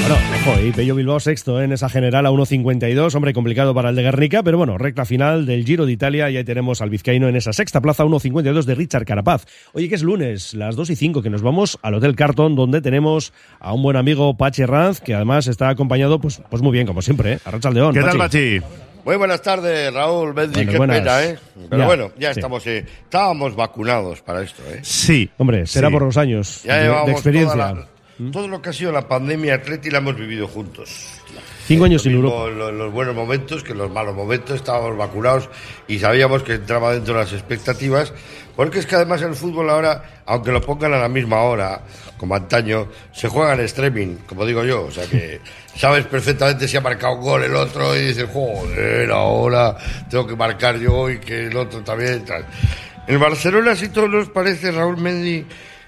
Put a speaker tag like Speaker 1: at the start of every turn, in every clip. Speaker 1: Bueno, ojo, y Pello Bilbao sexto ¿eh? en esa general a 1.52. Hombre, complicado para el de Guernica, pero bueno, recta final del Giro de Italia. Y ahí tenemos al vizcaíno en esa sexta plaza, 1.52 de Richard Carapaz. Oye, que es lunes, las 2 y 5, que nos vamos al Hotel Carton, donde tenemos a un buen amigo, Pachi Ranz, que además está acompañado, pues, pues muy bien, como siempre, ¿eh? a Rachaldeón.
Speaker 2: ¿Qué tal, Pachi?
Speaker 3: Muy buenas tardes, Raúl Benzi.
Speaker 1: Bueno,
Speaker 3: Qué
Speaker 1: buenas.
Speaker 3: pena, ¿eh? Pero
Speaker 1: Ya,
Speaker 3: bueno, ya
Speaker 1: sí.
Speaker 3: estamos. eh, estábamos vacunados para esto, ¿eh?
Speaker 2: Sí.
Speaker 1: Hombre, será
Speaker 2: sí.
Speaker 1: por los años
Speaker 3: Ya
Speaker 1: de- de,
Speaker 3: llevamos
Speaker 1: experiencia. ¿Mm?
Speaker 3: toda la- todo lo que ha sido la pandemia atleti la hemos vivido juntos.
Speaker 1: Cinco años sin
Speaker 3: Lo mismo
Speaker 1: Europa.
Speaker 3: en lo- en los buenos momentos que en los malos momentos. Estábamos vacunados y sabíamos que entraba dentro de las expectativas. Porque es que además el fútbol ahora, aunque lo pongan a la misma hora, como antaño, se juega en streaming, como digo yo. O sea que sabes perfectamente si ha marcado un gol el otro y dices, joder, ahora tengo que marcar yo y que el otro también. tal". El Barcelona, si todo nos parece, Raúl Mendy,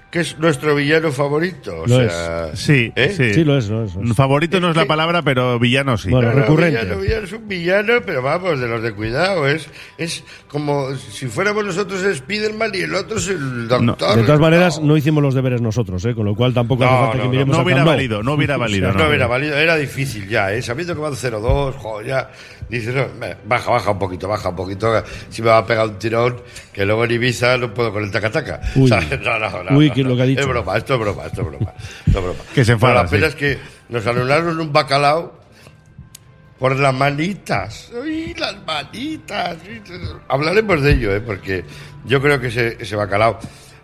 Speaker 3: que es nuestro villano favorito. O
Speaker 1: Lo
Speaker 3: sea,
Speaker 2: Sí,
Speaker 3: ¿eh?
Speaker 2: sí.
Speaker 1: Sí, lo es, lo es, lo es.
Speaker 2: Favorito no es la palabra, pero villano sí.
Speaker 1: Bueno,
Speaker 3: Claro,
Speaker 1: recurrente.
Speaker 3: Villano, villano, es un villano, pero vamos, de los de cuidado. Es, es como si fuéramos nosotros Spiderman y el otro es el doctor.
Speaker 1: De todas maneras, no hicimos los deberes nosotros, ¿eh? con lo cual tampoco hace
Speaker 3: No,
Speaker 1: falta
Speaker 3: no,
Speaker 1: que
Speaker 3: no,
Speaker 1: miremos
Speaker 2: no
Speaker 1: a
Speaker 2: hubiera
Speaker 1: Camp Nou.
Speaker 2: valido, no hubiera valido.
Speaker 3: No,
Speaker 2: no.
Speaker 3: era válido, era difícil ya, ¿eh? sabiendo que van 0-2, jo, ya. Dices, no, me- baja, baja un poquito, baja un poquito. Si me va a pegar un tirón, que luego en Ibiza no puedo con el tacataca.
Speaker 1: Uy.
Speaker 3: ¿Sabes? No, no, no,
Speaker 1: Uy,
Speaker 3: no,
Speaker 1: ¿qué es lo que ha
Speaker 3: no.
Speaker 1: dicho?
Speaker 3: Es broma, esto es broma, esto es broma. Esto es broma.
Speaker 2: Que se enfada,
Speaker 3: Pero la pena
Speaker 2: sí.
Speaker 3: es que nos anularon un bacalao por las manitas. ¡Uy, las manitas! Uy, Hablaremos de ello, ¿eh? porque yo creo que ese, ese bacalao,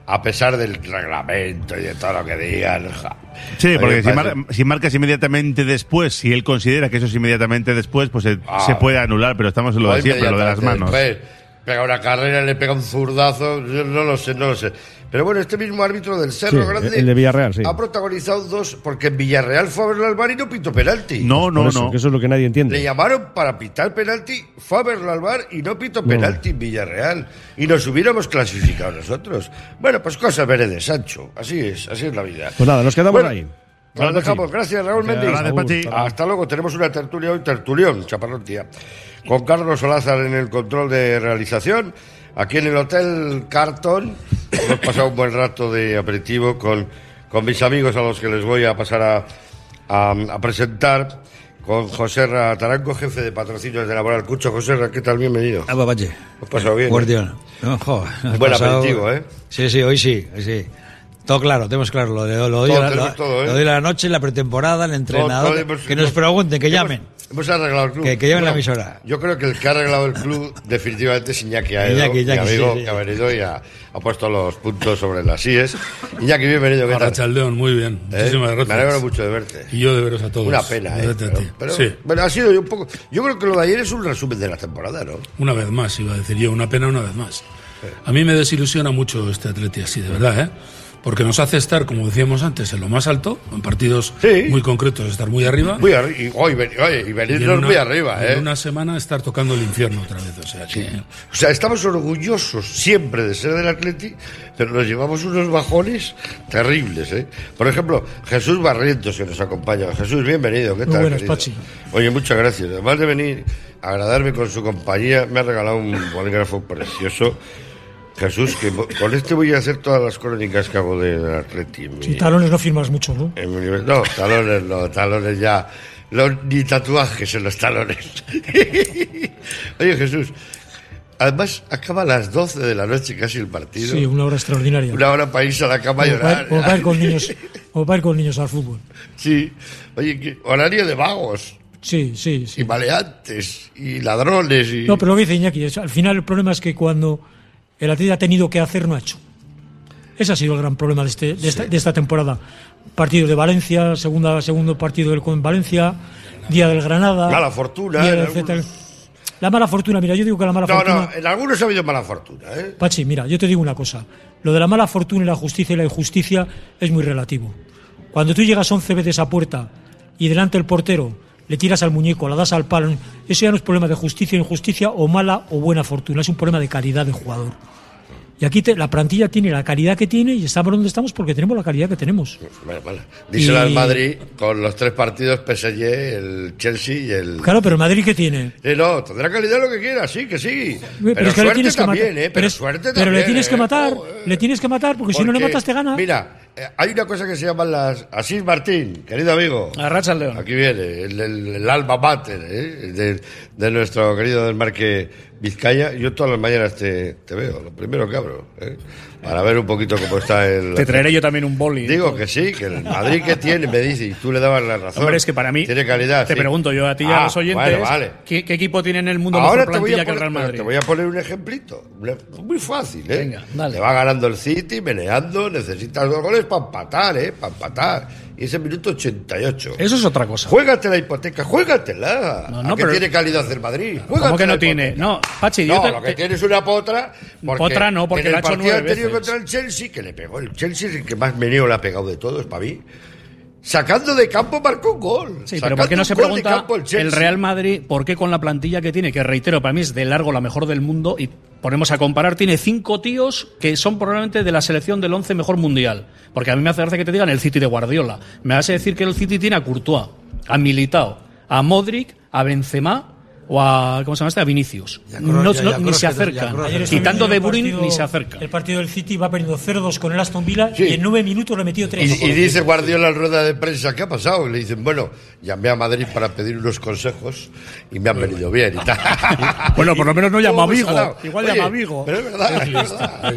Speaker 3: a pesar del reglamento y de todo lo que digan. ja, a
Speaker 2: Sí,
Speaker 3: mí me
Speaker 2: porque si,
Speaker 3: parece-
Speaker 2: mar- si marcas inmediatamente después, si él considera que eso es inmediatamente después, pues se,
Speaker 3: Ah. Pues
Speaker 2: se puede anular, pero estamos en lo de
Speaker 3: Hoy
Speaker 2: siempre, lo de las manos.
Speaker 3: inmediatamente después, pega una carrera, le pega un zurdazo, yo no lo sé, no lo sé. Pero bueno, este mismo árbitro del Cerro
Speaker 1: Sí,
Speaker 3: Grande
Speaker 1: el de Villarreal, sí.
Speaker 3: ha protagonizado dos, porque en Villarreal fue a verlo al bar y no pito penalti.
Speaker 2: No,
Speaker 1: Por
Speaker 2: no,
Speaker 1: eso,
Speaker 2: no.
Speaker 1: que eso es lo que nadie
Speaker 3: Le
Speaker 1: entiende.
Speaker 3: llamaron para pitar penalti, fue a verlo al bar y no pito penalti en Villarreal. Y nos hubiéramos clasificado nosotros. Bueno, pues cosas veredes, Sancho. Así es, así es la vida.
Speaker 1: Pues nada, nos quedamos
Speaker 3: Bueno,
Speaker 1: ahí.
Speaker 3: Nos dejamos. Gracias, Raúl
Speaker 1: Gracias,
Speaker 3: Méndez.
Speaker 2: Gracias, Pachi.
Speaker 1: Raúl.
Speaker 3: Hasta luego. Tenemos una tertulia hoy, tertulión, chaparrón, tía. Con Carlos Solázar en el control de realización. Aquí en el Hotel Carton hemos pasado un buen rato de aperitivo con, con mis amigos a los que les voy a pasar a, a- a presentar. Con José Ra Taranco, jefe de patrocinios de Laboral Cucho. José Ra, ¿qué tal? Bienvenido.
Speaker 4: Ah, Valle.
Speaker 3: Has pasado bien. ¿eh?
Speaker 4: Guardián. No, jo, has
Speaker 3: Buen aperitivo, ¿eh?
Speaker 4: Sí, sí, hoy sí, hoy sí. Todo claro, tenemos claro lo de, lo de,
Speaker 3: Todo,
Speaker 4: la,
Speaker 3: tenemos
Speaker 4: lo-
Speaker 3: todo, ¿eh?
Speaker 4: lo de la noche, la pretemporada, el
Speaker 3: Todo- todo
Speaker 4: entrenador.
Speaker 3: hemos-
Speaker 4: que nos
Speaker 3: hemos-
Speaker 4: pregunten, que
Speaker 3: hemos-
Speaker 4: llamen.
Speaker 3: Hemos arreglado el club.
Speaker 4: Que- que llamen la emisora.
Speaker 3: Yo creo que el que ha arreglado el club definitivamente es Iñaki Aedo,
Speaker 4: Iñaki, Iñaki,
Speaker 3: mi amigo
Speaker 4: sí, sí.
Speaker 3: que ha venido y ha, ha puesto los puntos sobre las IES. Iñaki, bienvenido. ¿qué tal?
Speaker 5: Arrachaldeón, muy bien.
Speaker 3: ¿Eh?
Speaker 5: Muchísimas
Speaker 3: Me alegro
Speaker 5: gracias.
Speaker 3: mucho de verte.
Speaker 5: Y yo de veros a todos.
Speaker 3: Una pena, ¿eh?
Speaker 5: Gracias a ti.
Speaker 3: Pero- pero-
Speaker 5: sí,
Speaker 3: bueno, ha sido un poco... Yo creo que lo de ayer es un resumen de la temporada, ¿no?
Speaker 5: una vez más, iba a decir yo, una pena una vez más. A mí me desilusiona mucho este atleti así, de verdad, ¿eh? Porque nos hace estar, como decíamos antes, en lo más alto, en partidos
Speaker 3: Sí.
Speaker 5: muy concretos, estar muy arriba.
Speaker 3: Muy arri- y, hoy ven- oye, y
Speaker 5: y en
Speaker 3: venirnos
Speaker 5: una-
Speaker 3: muy arriba,
Speaker 5: y
Speaker 3: ¿eh?
Speaker 5: En una semana estar tocando el infierno otra vez, o sea, que-
Speaker 3: O sea, estamos orgullosos siempre de ser del Atleti, pero nos llevamos unos bajones terribles, ¿eh? Por ejemplo, Jesús Barrientos, que nos acompaña. Jesús, bienvenido. ¿Qué tal,
Speaker 6: buenas,
Speaker 3: querido?
Speaker 6: Pachi.
Speaker 3: Oye, muchas gracias. Además de venir a agradarme con su compañía, me ha regalado un bolígrafo precioso. Jesús, que vo- con este voy a hacer todas las crónicas que hago del Atleti. en mi-
Speaker 6: Sí, talones no firmas mucho, ¿no?
Speaker 3: en mi nivel- No, talones no, talones ya. Los- ni tatuajes en los talones. Oye, Jesús, además acaba a las 12 de la noche casi el partido.
Speaker 6: Sí, una hora extraordinaria.
Speaker 3: Una hora para irse a la cama a
Speaker 6: como, para
Speaker 3: llorar.
Speaker 6: ir, como para ir con niños, como para ir con niños al fútbol.
Speaker 3: Sí. Oye, ¿qué? horario de vagos
Speaker 6: Sí, sí,
Speaker 3: y
Speaker 6: sí.
Speaker 3: maleantes y ladrones y...
Speaker 6: No, pero lo que dice Iñaki, es, al final el problema es que cuando el Atleti ha tenido que hacer, no ha hecho. Ese ha sido el gran problema de, este- de esta, de esta temporada. Partido de Valencia, segunda, segundo partido del con Valencia, día del Granada.
Speaker 3: Mala fortuna,
Speaker 6: día
Speaker 3: en
Speaker 6: del
Speaker 3: algunos.
Speaker 6: Celta. La mala fortuna, mira, yo digo que la mala
Speaker 3: no,
Speaker 6: fortuna.
Speaker 3: no, en algunos ha habido mala fortuna, ¿eh?
Speaker 6: Pachi, mira, yo te digo una cosa. Lo de la mala fortuna y la justicia y la injusticia es muy relativo. Cuando tú llegas 11 veces a puerta y delante del portero le tiras al muñeco, la das al palo, eso ya no es problema de justicia o injusticia o mala o buena fortuna, es un problema de calidad de jugador. Y aquí te- la plantilla tiene la calidad que tiene y estamos donde estamos porque tenemos la calidad que tenemos.
Speaker 3: Bueno, bueno. Díselo
Speaker 6: Y-
Speaker 3: al Madrid con los tres partidos PSG, el Chelsea y el...
Speaker 6: Claro, pero el Madrid que tiene.
Speaker 3: Eh, no, tendrá calidad lo que quiera, sí, que sí. Pero,
Speaker 6: Pero, es que le
Speaker 3: suerte
Speaker 6: tienes que
Speaker 3: también,
Speaker 6: matar.
Speaker 3: ¿eh? Pero,
Speaker 6: es-
Speaker 3: suerte
Speaker 6: pero
Speaker 3: también.
Speaker 6: le tienes que
Speaker 3: ¿eh?
Speaker 6: matar,
Speaker 3: Joder.
Speaker 6: le tienes que matar porque, si no le
Speaker 3: Porque,
Speaker 6: matas te gana.
Speaker 3: Mira, eh, hay una cosa que se llama las... Asís Martín, querido amigo.
Speaker 7: Arracha el león.
Speaker 3: Aquí viene, el, el- el alma mater ¿eh? de, de nuestro querido del Marque Vizcaya. Yo todas las mañanas te, te veo, lo primero que abro, ¿eh? para ver un poquito cómo está el...
Speaker 7: Te traeré yo también un boli.
Speaker 3: Digo que sí, que el Madrid que tiene, me dice, y tú le dabas la razón.
Speaker 7: Hombre, es que para mí.
Speaker 3: Tiene calidad.
Speaker 7: Te
Speaker 3: sí.
Speaker 7: pregunto yo a ti y a
Speaker 3: Ah,
Speaker 7: los oyentes.
Speaker 3: Bueno, vale.
Speaker 7: ¿qué, qué equipo tiene en el mundo
Speaker 3: Ahora
Speaker 7: mejor
Speaker 3: te voy,
Speaker 7: plantilla
Speaker 3: a
Speaker 7: que el Real
Speaker 3: poner,
Speaker 7: Madrid?
Speaker 3: te voy a poner un ejemplito. un- Muy fácil, ¿eh?
Speaker 7: Venga, dale.
Speaker 3: Te va ganando el City, meneando, necesitas dos goles para empatar, ¿eh? Para empatar. Y ese minuto 88.
Speaker 7: Eso es otra cosa.
Speaker 3: Juégate la hipoteca, juégatela.
Speaker 7: No,
Speaker 3: No,
Speaker 7: no,
Speaker 3: que
Speaker 7: pero-
Speaker 3: tiene calidad el Madrid.
Speaker 7: ¿Cómo
Speaker 3: Juégatela
Speaker 7: que no
Speaker 3: la
Speaker 7: tiene?
Speaker 3: hipoteca.
Speaker 7: No, Pachi, yo
Speaker 3: No,
Speaker 7: te-
Speaker 3: lo que
Speaker 7: te-
Speaker 3: tiene es una potra. Porque
Speaker 7: Potra no, porque
Speaker 3: en
Speaker 7: lo ha
Speaker 3: el
Speaker 7: hecho
Speaker 3: partido
Speaker 7: nueve
Speaker 3: anterior
Speaker 7: veces.
Speaker 3: contra el Chelsea, que le pegó el Chelsea, es el que más meneo le ha pegado de todos, para mí. Sacando de campo marcó un gol.
Speaker 7: Sí, pero
Speaker 3: Sacando
Speaker 7: ¿por qué no
Speaker 3: un
Speaker 7: se
Speaker 3: gol de
Speaker 7: pregunta
Speaker 3: campo
Speaker 7: el,
Speaker 3: Chelsea.
Speaker 7: Real Madrid por qué con la plantilla que tiene, que reitero, para mí es de largo la mejor del mundo, y ponemos a comparar, tiene cinco tíos que son probablemente de la selección del once mejor mundial? Porque a mí me hace gracia que te digan el City de Guardiola. Me vas a decir que el City tiene a Courtois, a Militao, a Modric, a Benzema o a, ¿cómo se llama este? A Vinicius.
Speaker 4: Ya,
Speaker 7: No-
Speaker 4: ya, ya,
Speaker 7: no-
Speaker 4: ya,
Speaker 7: ni se
Speaker 4: ya, ya,
Speaker 7: acercan.
Speaker 4: ya, ya, ya,
Speaker 6: estuve
Speaker 7: Quitando
Speaker 6: viendo
Speaker 7: De
Speaker 6: el
Speaker 7: Bruyne,
Speaker 6: partido-
Speaker 7: ni se acercan.
Speaker 6: El partido del City va perdiendo 0-2 con el Aston Villa
Speaker 3: Sí.
Speaker 6: y en 9 minutos le ha metido 3.
Speaker 3: Y, y dice Guardiola en rueda de prensa, ¿qué ha pasado? Y le dicen, bueno, llamé a Madrid para pedir unos consejos y me han venido bien y tal.
Speaker 7: Bueno, por lo menos no llama a
Speaker 3: Todo
Speaker 7: Vigo.
Speaker 3: salado.
Speaker 7: Igual
Speaker 3: Oye,
Speaker 7: llama a Vigo.
Speaker 3: Pero es verdad, es verdad.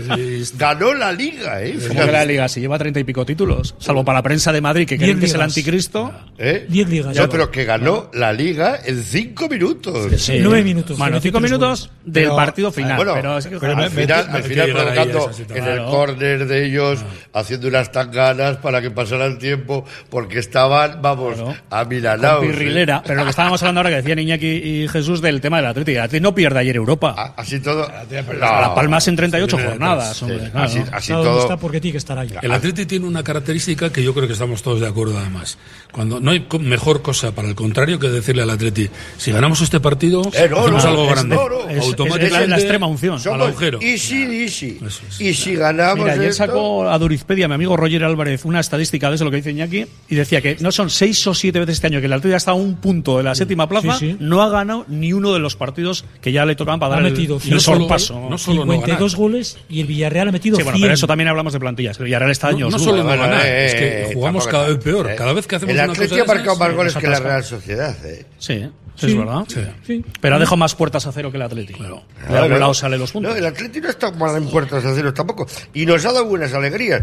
Speaker 3: Ganó la liga, ¿eh?
Speaker 7: Como que la liga si lleva treinta y pico títulos, salvo para la prensa de Madrid que
Speaker 6: Diez
Speaker 7: creen que es el
Speaker 6: ligas.
Speaker 7: anticristo.
Speaker 3: ¿Eh?
Speaker 6: Diez ligas.
Speaker 3: No, pero que ganó la liga en cinco minutos.
Speaker 6: Sí. Nueve minutos.
Speaker 7: Bueno, cinco
Speaker 6: 23
Speaker 7: minutos
Speaker 6: goles.
Speaker 7: del
Speaker 4: Pero-
Speaker 7: partido final.
Speaker 3: Bueno,
Speaker 7: pero es que-
Speaker 4: pero
Speaker 3: al
Speaker 4: me-
Speaker 3: final,
Speaker 4: me-
Speaker 3: al
Speaker 4: me-
Speaker 3: final
Speaker 5: que llegar ahí a
Speaker 3: provocando
Speaker 5: esa
Speaker 3: en
Speaker 5: situación.
Speaker 3: el
Speaker 7: Claro.
Speaker 3: córner de ellos, haciendo unas tanganas para que pasaran tiempo, porque estaban, vamos,
Speaker 7: Claro.
Speaker 3: a ¿eh? Milanao.
Speaker 7: Pirrilera, pero lo que estábamos hablando ahora que decían Iñaki y Jesús del tema del Atlético. El Atlético no pierde ayer Europa.
Speaker 3: Ah, Así todo.
Speaker 7: a la
Speaker 3: No.
Speaker 7: Palmas en 38
Speaker 5: Sí,
Speaker 7: jornadas.
Speaker 3: Sí,
Speaker 7: hombre, claro.
Speaker 3: así, así
Speaker 6: Está donde
Speaker 3: todo.
Speaker 6: está porque tiene que estar ahí.
Speaker 5: El Atleti tiene una característica que yo creo que estamos todos de acuerdo además. Cuando no hay co- mejor cosa para el contrario que decirle al Atleti, si ganamos este partido,
Speaker 3: Eh, no,
Speaker 5: hacemos
Speaker 3: no,
Speaker 5: algo
Speaker 3: es-
Speaker 5: grande.
Speaker 3: no, no.
Speaker 7: Es- es-
Speaker 5: Automáticamente
Speaker 7: es la- la extrema unción.
Speaker 5: Al agujero.
Speaker 3: Easy, easy.
Speaker 5: Eso es.
Speaker 3: Y si ganamos.
Speaker 7: Mira, ayer
Speaker 3: esto-
Speaker 7: sacó a Durizpedia, mi amigo Roger Álvarez, una estadística de eso lo que dice Iñaki, y decía que no son seis o siete veces este año que el Atlético está a un punto de la séptima plaza,
Speaker 6: sí.
Speaker 7: no ha ganado ni uno de los partidos que ya le tocaban para
Speaker 6: Ha
Speaker 7: dar el-
Speaker 6: metido
Speaker 7: el,
Speaker 6: cero solo-
Speaker 7: sorpaso.
Speaker 5: no solo- no
Speaker 6: 52 goles y el Villarreal ha metido
Speaker 7: Sí, bueno,
Speaker 6: 100.
Speaker 7: pero eso también hablamos de plantillas. El Villarreal está años.
Speaker 5: no
Speaker 7: luz.
Speaker 5: solo no
Speaker 3: Bueno,
Speaker 5: ganar,
Speaker 3: eh,
Speaker 5: es que
Speaker 3: eh,
Speaker 5: jugamos
Speaker 3: tampoco
Speaker 5: cada vez
Speaker 3: tan-
Speaker 5: peor.
Speaker 3: eh.
Speaker 5: Cada vez que hacemos
Speaker 3: El
Speaker 5: una cosa
Speaker 3: Atleti
Speaker 5: de
Speaker 3: ha marcado
Speaker 5: esas,
Speaker 3: más
Speaker 5: nos
Speaker 3: goles que la
Speaker 7: atasca.
Speaker 3: Real Sociedad. eh.
Speaker 7: Sí, eso
Speaker 6: Sí,
Speaker 7: es verdad.
Speaker 5: sí.
Speaker 6: Sí.
Speaker 7: Pero ha dejado más puertas a cero que el Atlético. De algún lado sale los puntos.
Speaker 3: No, el Atlético no está mal en puertas a cero tampoco. Y nos ha dado buenas alegrías.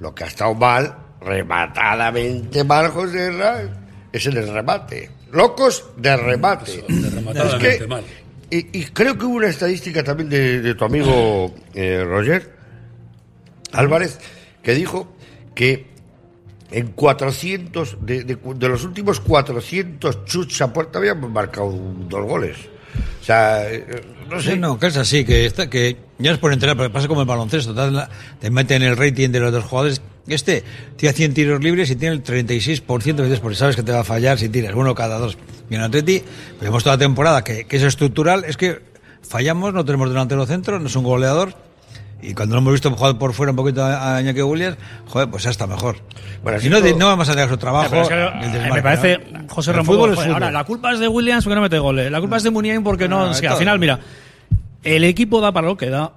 Speaker 3: Lo que ha estado mal, rematadamente mal, José Herrera, es en el remate. Locos de remate. es
Speaker 5: rematadamente
Speaker 3: que,
Speaker 5: mal.
Speaker 3: Y, y creo que hubo una estadística también de, de tu amigo eh, Roger Álvarez, que dijo que en 400, de, de- de los últimos 400 chuts a puerta habíamos marcado dos goles. O sea, eh, no sé.
Speaker 4: Sí, no, que es así, que, está, que ya es por entrenar, pero pasa como el baloncesto, te, dan la- te meten el rating de los dos jugadores. Este tiene 100 tiros libres y tiene el 36% de veces porque "Pues sabes que te va a fallar si tiras uno cada dos. Y en Atleti, pues vemos toda la temporada que, que es estructural, es que fallamos, no tenemos delantero centro, no es un goleador. Y cuando lo hemos visto jugar por fuera un poquito a a Iñaki Williams, joder, pues ya está mejor.
Speaker 3: Bueno,
Speaker 4: y
Speaker 3: así
Speaker 4: no,
Speaker 3: todo-
Speaker 4: di- no vamos a negar su trabajo.
Speaker 7: Ya, pero es que,
Speaker 4: el
Speaker 7: eh,
Speaker 4: desmarque,
Speaker 7: me
Speaker 4: ¿no?
Speaker 7: parece, José
Speaker 4: El
Speaker 7: Ramón,
Speaker 4: fútbol es
Speaker 7: joder,
Speaker 4: fútbol.
Speaker 7: ahora la culpa es de Williams porque no mete goles, la culpa es de Muniain porque no,
Speaker 4: Ah,
Speaker 7: es que
Speaker 4: todo.
Speaker 7: al final mira, el equipo da para lo que da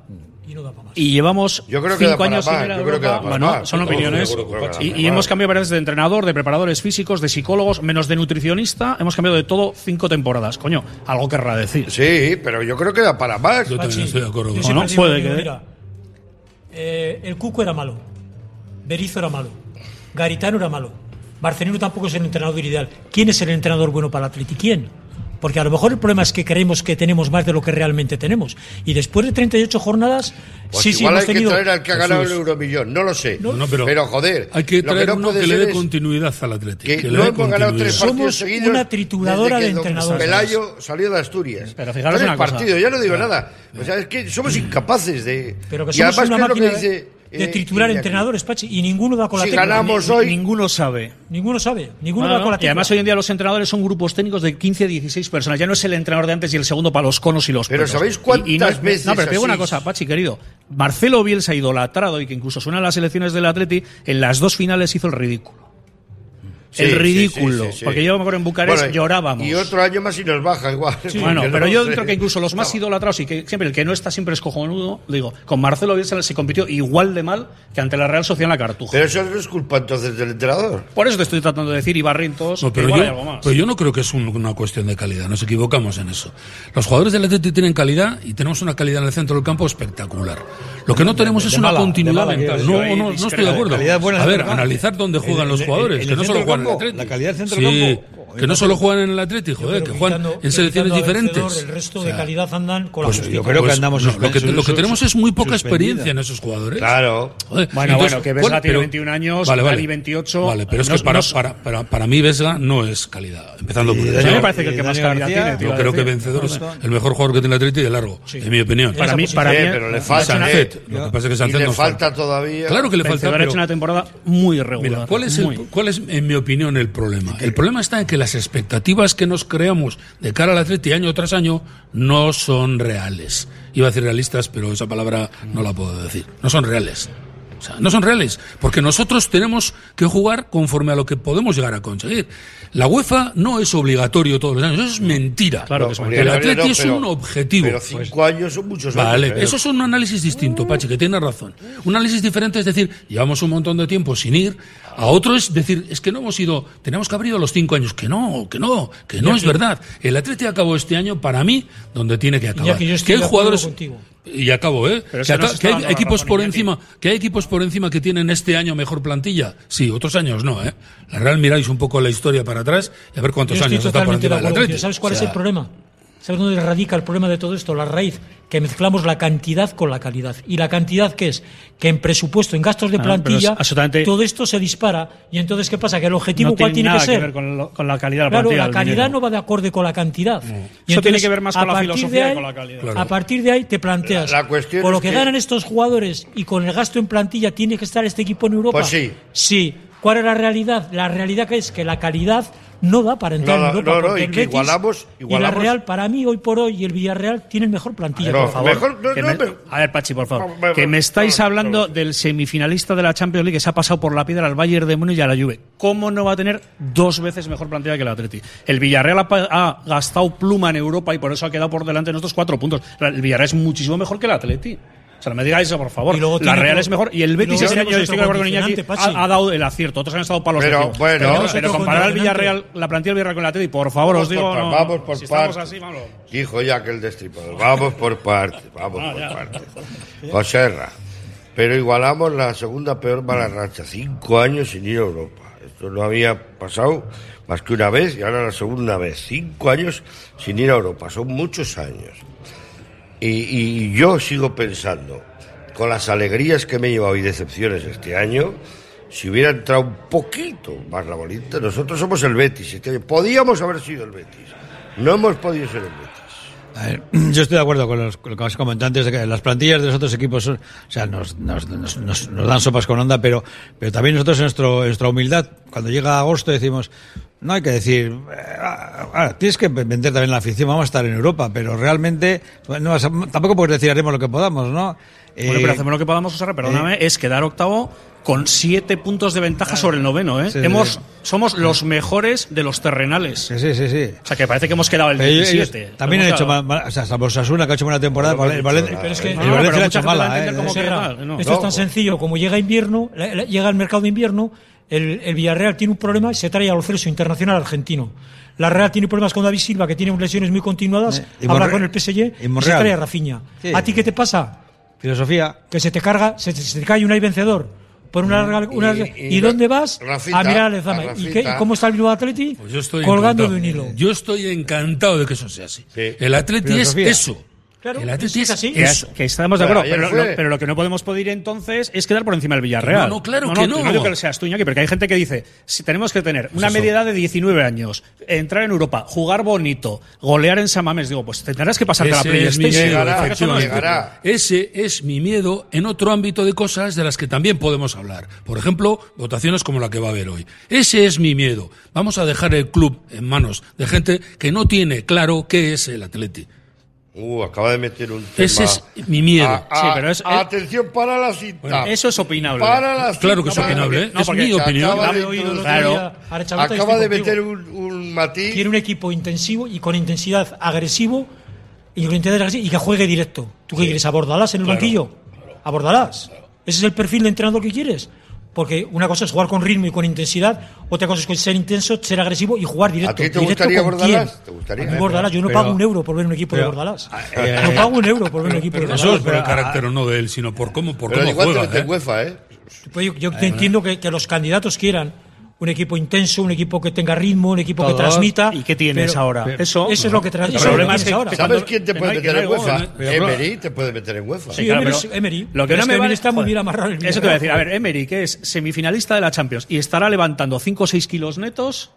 Speaker 6: Y no da para más.
Speaker 7: y llevamos
Speaker 3: Yo creo que da
Speaker 7: cinco
Speaker 3: para
Speaker 7: años sin
Speaker 3: más,
Speaker 7: ir a
Speaker 3: yo creo que
Speaker 7: Europa.
Speaker 3: da para
Speaker 7: bueno,
Speaker 3: más.
Speaker 7: son
Speaker 3: Yo estoy
Speaker 7: opiniones
Speaker 3: seguro que da para
Speaker 7: y,
Speaker 3: más.
Speaker 7: y hemos cambiado varias veces de entrenador, de preparadores físicos, de psicólogos, menos de nutricionista, hemos cambiado de todo cinco temporadas, coño, algo querrá decir.
Speaker 3: Sí, pero yo creo que da para más.
Speaker 5: Yo también
Speaker 6: Pachi,
Speaker 5: estoy de acuerdo
Speaker 6: yo
Speaker 5: con
Speaker 6: siempre
Speaker 7: No,
Speaker 6: digo,
Speaker 7: puede
Speaker 5: ¿eh?
Speaker 6: digo,
Speaker 7: que-
Speaker 6: mira, eh, el Cuco era malo, Berizzo era malo, Garitano era malo, Barcelona tampoco es el entrenador ideal. ¿Quién es el entrenador bueno para el Atleti? ¿Quién? Porque a lo mejor el problema es que creemos que tenemos más de lo que realmente tenemos. Y después de 38 jornadas,
Speaker 3: Pues
Speaker 6: sí, sí,
Speaker 3: igual
Speaker 6: hemos
Speaker 3: hay
Speaker 6: tenido-
Speaker 3: que traer al que ha ganado el
Speaker 5: Jesús.
Speaker 3: euromillón, no lo sé.
Speaker 5: No, no, pero,
Speaker 3: joder,
Speaker 5: Hay que
Speaker 3: lo
Speaker 5: traer
Speaker 3: no
Speaker 5: uno
Speaker 3: puede
Speaker 5: que le
Speaker 3: ser
Speaker 5: dé
Speaker 3: es
Speaker 5: continuidad al Atlético.
Speaker 3: que no hemos ganado tres
Speaker 6: Somos
Speaker 3: partidos seguidos.
Speaker 6: una
Speaker 3: desde
Speaker 6: trituradora de
Speaker 3: que don
Speaker 6: entrenadores.
Speaker 3: Pelayo salió de Asturias.
Speaker 7: Pero fijaros
Speaker 3: tres
Speaker 7: una cosa.
Speaker 3: partidos, ya no digo nada. O sea, es que somos incapaces de.
Speaker 6: Pero que
Speaker 3: y
Speaker 6: somos
Speaker 3: además,
Speaker 6: una
Speaker 3: ¿qué es lo que
Speaker 6: máquina de-
Speaker 3: dice
Speaker 6: de
Speaker 3: eh,
Speaker 6: triturar
Speaker 3: Iñaki.
Speaker 6: entrenadores, Pachi, y ninguno da con la
Speaker 3: Si
Speaker 6: tecla.
Speaker 3: ganamos
Speaker 6: Ni-
Speaker 3: hoy-
Speaker 7: Ninguno sabe.
Speaker 6: Ninguno sabe, ninguno
Speaker 7: No,
Speaker 6: da con la
Speaker 7: no. Y
Speaker 6: tecla.
Speaker 7: además hoy en día los entrenadores son grupos técnicos de 15, 16 personas. Ya no es el entrenador de antes y el segundo para los conos y los
Speaker 3: Pero
Speaker 7: pelos.
Speaker 3: ¿sabéis
Speaker 7: Y- y
Speaker 3: cuántas
Speaker 7: no es-
Speaker 3: veces
Speaker 7: No, pero te digo una
Speaker 3: así?
Speaker 7: cosa, Pachi, querido. Marcelo Bielsa idolatrado y que incluso suena a las elecciones del Atleti, en las dos finales hizo el ridículo.
Speaker 3: Sí,
Speaker 7: el
Speaker 3: sí,
Speaker 7: ridículo.
Speaker 3: sí, sí, sí.
Speaker 7: Porque yo me acuerdo en Bucarest
Speaker 3: Bueno,
Speaker 7: llorábamos.
Speaker 3: Y otro año más y nos baja igual.
Speaker 7: bueno,
Speaker 3: Porque
Speaker 7: pero
Speaker 3: no
Speaker 7: yo
Speaker 3: sé.
Speaker 7: creo que incluso los más idolatrados y que siempre el que no está siempre es cojonudo, digo, con Marcelo Bielsa se compitió igual de mal que ante la Real Sociedad en la Cartuja.
Speaker 3: Pero eso no es culpa entonces del entrenador.
Speaker 7: Por eso te estoy tratando de decir, Ibarrientos,
Speaker 5: No, pero,
Speaker 7: igual
Speaker 5: yo,
Speaker 7: hay algo más.
Speaker 5: pero yo no creo que es un- una cuestión de calidad, nos equivocamos en eso. Los jugadores del Atleti tienen calidad y tenemos una calidad en el centro del campo espectacular. Lo que no tenemos es una
Speaker 4: mala, de
Speaker 5: continuidad
Speaker 4: mala,
Speaker 5: mental.
Speaker 4: quiero
Speaker 5: No,
Speaker 4: decir,
Speaker 5: no,
Speaker 4: ahí
Speaker 5: no
Speaker 4: discrepo.
Speaker 5: estoy de acuerdo.
Speaker 4: Calidad buena
Speaker 5: A
Speaker 4: del
Speaker 5: ver,
Speaker 4: centro campo.
Speaker 5: analizar dónde
Speaker 4: En-
Speaker 5: juegan
Speaker 4: en-
Speaker 5: los
Speaker 4: en-
Speaker 5: jugadores,
Speaker 4: en
Speaker 5: que
Speaker 4: el
Speaker 5: no solo
Speaker 4: centro
Speaker 5: juegan en el
Speaker 4: campo,
Speaker 5: Atleti.
Speaker 4: la calidad del centro
Speaker 5: Sí,
Speaker 4: campo, joder,
Speaker 5: que no solo juegan en el Atleti,
Speaker 6: Yo
Speaker 5: joder, que
Speaker 6: creo
Speaker 5: juegan
Speaker 6: quitando-
Speaker 5: en selecciones
Speaker 6: quitando al vencedor,
Speaker 5: diferentes.
Speaker 6: El resto
Speaker 5: O
Speaker 6: de
Speaker 5: sea,
Speaker 6: calidad andan con la
Speaker 5: pues,
Speaker 6: justicia.
Speaker 4: yo creo que
Speaker 5: pues,
Speaker 4: andamos
Speaker 5: no, lo que,
Speaker 4: suspendidos.
Speaker 5: lo que tenemos es muy poca
Speaker 4: Suspendida.
Speaker 5: experiencia en esos jugadores.
Speaker 3: Claro.
Speaker 5: Joder,
Speaker 7: Bueno, bueno, que Vesga
Speaker 5: ¿cuál-
Speaker 7: tiene
Speaker 5: pero-
Speaker 7: 21 años,
Speaker 5: vale, vale.
Speaker 7: Dani 28.
Speaker 5: Vale, pero es
Speaker 7: No-
Speaker 5: que para,
Speaker 7: no-
Speaker 5: para, para, para mí Vesga no es calidad. Empezando por
Speaker 4: Y
Speaker 5: eso.
Speaker 7: A mí
Speaker 4: Dani-
Speaker 7: me parece que el que más
Speaker 4: Dani
Speaker 7: calidad
Speaker 4: García,
Speaker 7: tiene. te
Speaker 4: yo
Speaker 5: Yo
Speaker 7: iba a
Speaker 5: creo que
Speaker 7: decir.
Speaker 5: vencedor es el mejor jugador que tiene el Atleti de largo, en mi opinión.
Speaker 7: Para mí,
Speaker 6: Esa
Speaker 7: para mí.
Speaker 3: Sí, pero le
Speaker 7: ha hecho
Speaker 3: falta.
Speaker 7: una-
Speaker 3: eh.
Speaker 5: Sánchez, lo que pasa es que
Speaker 3: Y
Speaker 5: Sánchez
Speaker 3: le
Speaker 5: nos
Speaker 3: falta todavía.
Speaker 5: Claro que le falta.
Speaker 7: Vencedor ha
Speaker 5: pero-
Speaker 7: hecho una temporada muy
Speaker 5: Mira,
Speaker 7: irregular.
Speaker 5: ¿cuál es, el-
Speaker 7: muy.
Speaker 5: cuál es, en mi opinión, el problema? El problema está en que las expectativas que nos creamos de cara al Atleti año tras año no son reales. Iba a decir realistas, pero esa palabra no la puedo decir. No son reales. O sea, no son reales, porque nosotros tenemos que jugar conforme a lo que podemos llegar a conseguir. La UEFA no es obligatorio todos los años, eso es mentira.
Speaker 7: Claro que es
Speaker 3: No,
Speaker 7: mentira.
Speaker 5: el
Speaker 3: obligatorio
Speaker 5: Atleti
Speaker 3: no,
Speaker 5: es
Speaker 3: pero-
Speaker 5: un objetivo.
Speaker 3: Pero cinco años son
Speaker 6: Pues
Speaker 3: muchos años.
Speaker 5: Vale,
Speaker 3: ¿eh?
Speaker 5: eso es un análisis distinto, Pachi, que tiene razón. Un análisis diferente es decir, llevamos un montón de tiempo sin ir. A otro es decir, es que no hemos ido, tenemos que haber ido a los cinco años. Que no, que no, que no es verdad. El Atleti acabó este año, para mí, donde tiene que acabar.
Speaker 6: Iñaki, yo estoy
Speaker 5: que hay
Speaker 6: de acuerdo
Speaker 5: jugadores.
Speaker 6: contigo.
Speaker 5: Y acabo, ¿eh?
Speaker 7: Pero es
Speaker 5: que,
Speaker 7: que no
Speaker 5: aca-
Speaker 7: se está
Speaker 5: que hay
Speaker 7: dando la
Speaker 5: equipos
Speaker 7: razón,
Speaker 5: por
Speaker 7: Iñaki.
Speaker 5: encima, que hay equipos por encima que tienen este año mejor plantilla. Sí, otros años no, ¿eh? La Real miráis un poco la historia para atrás y a ver
Speaker 6: Yo
Speaker 5: cuántos
Speaker 6: estoy
Speaker 5: años está por
Speaker 6: totalmente
Speaker 5: encima
Speaker 6: de
Speaker 5: del
Speaker 6: acuerdo
Speaker 5: Atleti.
Speaker 6: contigo. ¿Sabes cuál
Speaker 5: O
Speaker 6: es el
Speaker 5: sea,
Speaker 6: problema? ¿Sabes dónde radica el problema de todo esto? La raíz, que mezclamos la cantidad con la calidad. ¿Y la cantidad qué es? Que en presupuesto, en gastos de
Speaker 7: Ah,
Speaker 6: plantilla,
Speaker 7: pero es absolutamente-
Speaker 6: todo esto se dispara. ¿Y entonces qué pasa? ¿Que el objetivo
Speaker 7: No
Speaker 6: cuál tiene
Speaker 7: tiene nada
Speaker 6: que
Speaker 7: que,
Speaker 6: ser?
Speaker 7: ver con, lo- con la calidad de la
Speaker 6: Claro,
Speaker 7: plantilla.
Speaker 6: la
Speaker 7: el
Speaker 6: calidad
Speaker 7: dinero. Mm.
Speaker 6: no va de acorde con la cantidad.
Speaker 7: Eso tiene que ver más con
Speaker 6: a
Speaker 7: la
Speaker 6: partir
Speaker 7: filosofía
Speaker 6: de
Speaker 7: que
Speaker 6: ahí-
Speaker 7: con la calidad.
Speaker 3: Claro.
Speaker 6: A partir de ahí te planteas,
Speaker 3: La- la cuestión
Speaker 6: con lo
Speaker 3: es
Speaker 6: que,
Speaker 3: que-
Speaker 6: ganan estos jugadores y con el gasto en plantilla, ¿tiene que estar este equipo en Europa?
Speaker 3: Pues sí.
Speaker 6: Sí. ¿Cuál es la realidad? La realidad que es que la calidad no da para entrar
Speaker 3: No,
Speaker 6: en
Speaker 3: no, no,
Speaker 6: Europa.
Speaker 3: no,
Speaker 6: porque
Speaker 3: y
Speaker 6: el
Speaker 3: que
Speaker 6: Betis
Speaker 3: igualamos-
Speaker 6: Y la
Speaker 3: igualamos-
Speaker 6: Real, para mí, hoy por hoy, y el Villarreal tienen mejor plantilla.
Speaker 3: No,
Speaker 6: por favor.
Speaker 3: mejor- no,
Speaker 7: Que
Speaker 3: no,
Speaker 7: me-
Speaker 3: pero-
Speaker 7: a ver, Pachi, por favor.
Speaker 3: Vamos, vamos,
Speaker 7: que me estáis
Speaker 3: vamos,
Speaker 7: hablando
Speaker 3: vamos.
Speaker 7: del semifinalista de la Champions League que se ha pasado por la piedra al Bayern de Múnich y a la Juve. ¿Cómo no va a tener dos veces mejor plantilla que el Atleti? El Villarreal ha, pa- ha gastado pluma en Europa y por eso ha quedado por delante en estos cuatro puntos. El Villarreal es muchísimo mejor que el Atleti. O sea, no me digáis eso, por favor.
Speaker 6: Y luego
Speaker 7: la
Speaker 6: tiene
Speaker 7: Real
Speaker 6: otro-
Speaker 7: es mejor. Y el
Speaker 6: y
Speaker 7: Betis
Speaker 6: luego
Speaker 7: ese año,
Speaker 6: tenemos
Speaker 7: yo estoy de acuerdo con Iñaki,
Speaker 6: condicionante, Pachi.
Speaker 7: ha, ha dado el acierto. Otros han estado palos
Speaker 3: Pero,
Speaker 7: de ciego.
Speaker 3: bueno,
Speaker 7: pero,
Speaker 3: tenemos
Speaker 7: pero
Speaker 6: otro
Speaker 7: comparar al
Speaker 6: condicionante.
Speaker 7: Villarreal, la plantilla del Villarreal con el Atleti, por favor, os
Speaker 3: Vamos
Speaker 7: digo.
Speaker 3: por, par-
Speaker 7: no,
Speaker 3: vamos por
Speaker 7: si estamos
Speaker 3: partes.
Speaker 7: así, vamos.
Speaker 3: Dijo ya que el destripador. Vamos por partes, vamos
Speaker 7: Ah,
Speaker 3: por partes. Joserra, pero igualamos la segunda peor mala racha. Cinco años sin ir a Europa. Esto no había pasado más que una vez y ahora la segunda vez. Cinco años sin ir a Europa. Son muchos años. Y, y yo sigo pensando, con las alegrías que me he llevado y decepciones este año, si hubiera entrado un poquito más la bolita, nosotros somos el Betis. este año. Podíamos haber sido el Betis. No hemos podido ser el Betis.
Speaker 4: A ver, yo estoy de acuerdo con, los, con lo que has comentado antes, de que las plantillas de los otros equipos son- o sea, nos, nos- nos- nos- nos dan sopas con onda, pero, pero también nosotros en nuestro- en nuestra humildad, cuando llega agosto decimos, no hay que decir, eh, ah, ah, tienes que vender también la afición, vamos a estar en Europa, pero realmente pues, no vas a- tampoco puedes decir haremos lo que podamos, ¿no?
Speaker 7: Bueno,
Speaker 4: Eh,
Speaker 7: pero hacemos lo que podamos, José, perdóname, es quedar octavo con siete puntos de ventaja sobre el noveno, ¿eh?
Speaker 4: Sí, sí,
Speaker 7: hemos,
Speaker 4: sí.
Speaker 7: Somos los mejores de los terrenales.
Speaker 4: sí, sí, sí, sí.
Speaker 7: O sea, que parece que hemos quedado el
Speaker 4: Pero ellos-
Speaker 7: 17.
Speaker 4: también han
Speaker 7: Hemos
Speaker 4: hecho
Speaker 7: quedado-
Speaker 4: mal, mal- o sea, salvo Osasuna, que ha hecho buena temporada, pues,
Speaker 3: Pero no
Speaker 4: el
Speaker 3: hemos
Speaker 4: Valencia,
Speaker 3: hecho
Speaker 6: Pero es que-
Speaker 4: el
Speaker 6: No,
Speaker 7: pero
Speaker 4: Valencia la ha
Speaker 7: mucha
Speaker 4: hecho
Speaker 7: gente lo
Speaker 4: mala,
Speaker 7: entiende
Speaker 4: ¿eh?
Speaker 7: como que
Speaker 6: Serra,
Speaker 7: mal, no.
Speaker 6: esto es tan sencillo como llega invierno, la- la- llega el mercado de invierno, el, el Villarreal tiene un problema y se trae a Celso internacional argentino. La Real tiene problemas con David Silva, que tiene lesiones muy continuadas,
Speaker 4: Eh, y
Speaker 6: habla
Speaker 4: Monreal-
Speaker 6: con el PSG
Speaker 4: y
Speaker 6: y, se
Speaker 4: Monreal.
Speaker 6: trae a Rafinha.
Speaker 4: Sí.
Speaker 6: ¿A ti qué te pasa?
Speaker 4: Filosofía.
Speaker 6: Que se te carga, se, se te cae un ahí vencedor. Por una larga,
Speaker 3: Eh, y-
Speaker 6: una-
Speaker 3: y-
Speaker 6: ¿Y dónde vas?
Speaker 3: Rafita,
Speaker 6: a mirar a Lezama.
Speaker 3: a
Speaker 6: ¿Y
Speaker 3: Rafita.
Speaker 6: qué- cómo está el Bilbao Atleti?
Speaker 5: Pues yo estoy
Speaker 6: Colgando
Speaker 5: encantado.
Speaker 6: de un hilo.
Speaker 5: Yo estoy encantado de que eso sea así.
Speaker 3: Sí.
Speaker 5: El Atleti es
Speaker 4: Filosofía.
Speaker 5: eso.
Speaker 6: Claro,
Speaker 5: El Atleti
Speaker 6: es, es así.
Speaker 7: Que es- que estamos de
Speaker 3: Bueno,
Speaker 7: acuerdo, pero,
Speaker 3: ayer fue.
Speaker 7: lo- pero lo que no podemos pedir entonces es quedar por encima del Villarreal.
Speaker 5: No, no, claro que no.
Speaker 7: No digo que seas tú, Iñaki, porque hay gente que dice, si tenemos que tener una media edad de 19 años, entrar en Europa, jugar bonito, golear en Samamés, digo, pues tendrás que pasarte la
Speaker 5: Ese es mi
Speaker 7: PlayStation.
Speaker 5: miedo,
Speaker 3: Llegará,
Speaker 7: ¿Acaso no es-
Speaker 5: efectivamente.
Speaker 3: llegará.
Speaker 5: Ese es mi miedo en otro ámbito de cosas de las que también podemos hablar. Por ejemplo, votaciones como la que va a haber hoy. Ese es mi miedo. Vamos a dejar el club en manos de gente que no tiene claro qué es el Atleti.
Speaker 3: Uh, acaba de meter un tema.
Speaker 5: Ese es mi miedo.
Speaker 3: Ah, ah,
Speaker 7: Sí, pero es-
Speaker 3: atención para la cinta.
Speaker 7: Eso es opinable.
Speaker 3: Para la cinta.
Speaker 5: Claro que es opinable, ¿eh?
Speaker 7: No,
Speaker 5: es
Speaker 7: porque
Speaker 5: mi
Speaker 7: se
Speaker 5: opinión.
Speaker 3: acaba
Speaker 6: Yo
Speaker 3: de,
Speaker 6: he oído el otro
Speaker 7: claro.
Speaker 6: día a Arechabeta y
Speaker 3: acaba
Speaker 6: estoy
Speaker 3: de meter
Speaker 6: contigo.
Speaker 3: un, un matiz.
Speaker 6: Quiere un equipo intensivo y con intensidad agresivo y, con intensidad agresiva y que juegue directo. ¿Tú qué quieres? ¿Abordarás en el banquillo? ¿Abordarás? ¿Ese es el perfil de entrenador que quieres? Porque una cosa es jugar con ritmo y con intensidad, otra cosa es ser intenso, ser agresivo y jugar directo.
Speaker 3: ¿A ti te
Speaker 6: ¿Directo
Speaker 3: gustaría
Speaker 6: con
Speaker 3: Bordalás?
Speaker 6: quién?
Speaker 3: ¿Te gustaría?
Speaker 6: A mí Bordalás, yo no
Speaker 7: Pero-
Speaker 6: pago un euro por ver un equipo de
Speaker 7: pero-
Speaker 6: Bordalás. No pago un euro por ver un equipo de
Speaker 5: eh, Pero no
Speaker 6: Bordalás.
Speaker 5: solo por el carácter o no de él, sino por cómo, por
Speaker 3: Pero al
Speaker 5: cómo
Speaker 3: igual
Speaker 5: juega.
Speaker 3: te mete
Speaker 5: ¿eh?
Speaker 3: UEFA, ¿eh?
Speaker 6: Pues yo yo te entiendo que, que los candidatos quieran un equipo intenso, un equipo que tenga ritmo, un equipo que
Speaker 7: Todos.
Speaker 6: transmita.
Speaker 7: ¿Y qué tienes
Speaker 6: pero-
Speaker 7: ahora?
Speaker 6: Pero-
Speaker 7: Eso-
Speaker 6: Eso, es lo que tra-
Speaker 7: El
Speaker 6: eso es lo
Speaker 7: problema
Speaker 6: que
Speaker 7: es
Speaker 6: tienes ahora.
Speaker 7: que
Speaker 3: ¿Sabes
Speaker 7: cuando-
Speaker 3: quién te
Speaker 7: que
Speaker 3: puede
Speaker 7: no hay-
Speaker 3: meter
Speaker 7: que no
Speaker 3: en
Speaker 7: hay gol,
Speaker 3: UEFA?
Speaker 7: ¿no?
Speaker 5: Pero-
Speaker 3: Emery te puede meter en UEFA.
Speaker 6: Sí,
Speaker 7: Claro,
Speaker 6: Emery,
Speaker 7: pero
Speaker 6: Emery.
Speaker 7: Lo que
Speaker 6: Es
Speaker 7: no me
Speaker 6: Emery
Speaker 7: vale-
Speaker 6: está muy
Speaker 7: joder.
Speaker 6: bien amarrado en el
Speaker 7: Eso te voy a decir. A
Speaker 6: Villarreal.
Speaker 7: ver, Emery, que es semifinalista de la Champions y estará levantando 5 o 6 kilos netos.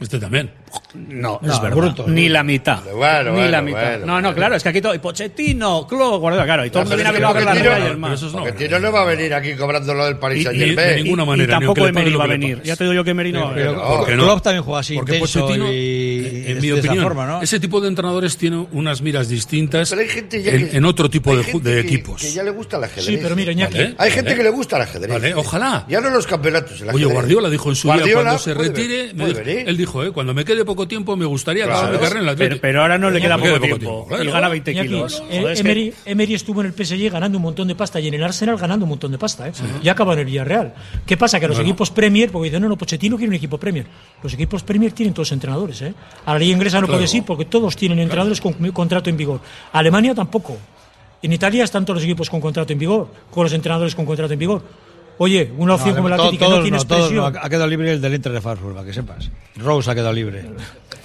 Speaker 5: Este también.
Speaker 7: No,
Speaker 4: es verdad. bruto.
Speaker 7: Ni la mitad.
Speaker 3: Bueno,
Speaker 7: ni
Speaker 3: bueno,
Speaker 7: la mitad.
Speaker 3: bueno,
Speaker 7: no, no,
Speaker 3: bueno.
Speaker 7: claro, es que aquí todo. y Pochettino, Klopp, Guardiola, claro. Y todo el mundo viene a
Speaker 3: Pero
Speaker 7: Bilbao a
Speaker 3: es
Speaker 7: ver
Speaker 3: que
Speaker 7: las
Speaker 3: Pochettino-
Speaker 7: medallas,
Speaker 5: Pero
Speaker 7: hermano.
Speaker 5: eso es no.
Speaker 3: Porque Tino no va a venir aquí cobrando lo del Paris
Speaker 5: Y- y
Speaker 3: Saint
Speaker 5: de
Speaker 3: Germain.
Speaker 5: ninguna
Speaker 7: Y-
Speaker 5: manera, ni
Speaker 7: Y tampoco
Speaker 5: aunque le
Speaker 7: Emery
Speaker 5: paguen
Speaker 7: va a
Speaker 5: lo que eh, le
Speaker 7: venir.
Speaker 5: paguen.
Speaker 7: Ya te digo yo que Emery no va a venir.
Speaker 4: Pero
Speaker 3: no,
Speaker 4: porque
Speaker 5: no.
Speaker 4: Klopp también juega así,
Speaker 5: Porque
Speaker 4: intenso
Speaker 5: Pochettino,
Speaker 4: y
Speaker 5: en
Speaker 4: es
Speaker 5: mi
Speaker 4: de esa
Speaker 5: opinión,
Speaker 4: forma, ¿no?
Speaker 5: ese tipo de entrenadores tiene unas miras distintas
Speaker 3: Pero hay gente ya
Speaker 5: en,
Speaker 3: que-
Speaker 5: en otro tipo
Speaker 3: hay
Speaker 5: de, ju-
Speaker 3: gente
Speaker 5: de
Speaker 3: que-
Speaker 5: equipos.
Speaker 3: Que ya le gusta el ajedrez.
Speaker 6: Sí, pero mira, Iñaki,
Speaker 5: Vale.
Speaker 3: Hay gente
Speaker 5: Vale.
Speaker 3: que le gusta el ajedrez.
Speaker 5: Vale, ojalá.
Speaker 3: Ya no los campeonatos. el
Speaker 5: Oye,
Speaker 3: ajedrez.
Speaker 5: Guardiola dijo en su día,
Speaker 3: Guardiola
Speaker 5: cuando se
Speaker 3: puede
Speaker 5: retire,
Speaker 3: ver-
Speaker 5: me
Speaker 3: puede
Speaker 5: dijo-
Speaker 3: venir.
Speaker 5: él dijo, eh, cuando me quede poco tiempo me gustaría
Speaker 3: Claro.
Speaker 5: acabar mi carrera en la
Speaker 7: Pero, pero ahora no le
Speaker 5: No,
Speaker 7: queda
Speaker 5: me
Speaker 7: poco
Speaker 5: queda poco
Speaker 7: tiempo.
Speaker 5: tiempo,
Speaker 7: Y
Speaker 5: claro.
Speaker 7: gana 20
Speaker 6: Iñaki,
Speaker 7: kilos.
Speaker 6: eh,
Speaker 7: Joder, es que-
Speaker 6: Emery, Emery estuvo en el PSG ganando un montón de pasta y en el Arsenal ganando un montón de pasta. ¿eh? Y acaba en el Villarreal. ¿Qué pasa? Que los equipos Premier, porque dicen, no, no, Pochettino quiere un equipo Premier. Los equipos Premier tienen todos entrenadores. ¿eh? A la liga inglesa no
Speaker 5: Claro.
Speaker 6: puedes ir porque todos tienen entrenadores con contrato en vigor. Alemania tampoco. En Italia están todos los equipos con contrato en vigor, con los entrenadores con contrato en vigor. Oye, una opción como la
Speaker 4: to-
Speaker 6: Atleti que no
Speaker 4: todos
Speaker 6: tiene
Speaker 4: no, todos no.
Speaker 6: expresión.
Speaker 4: Ha quedado libre el del Inter de Frankfurt, para que sepas. Rose ha quedado libre.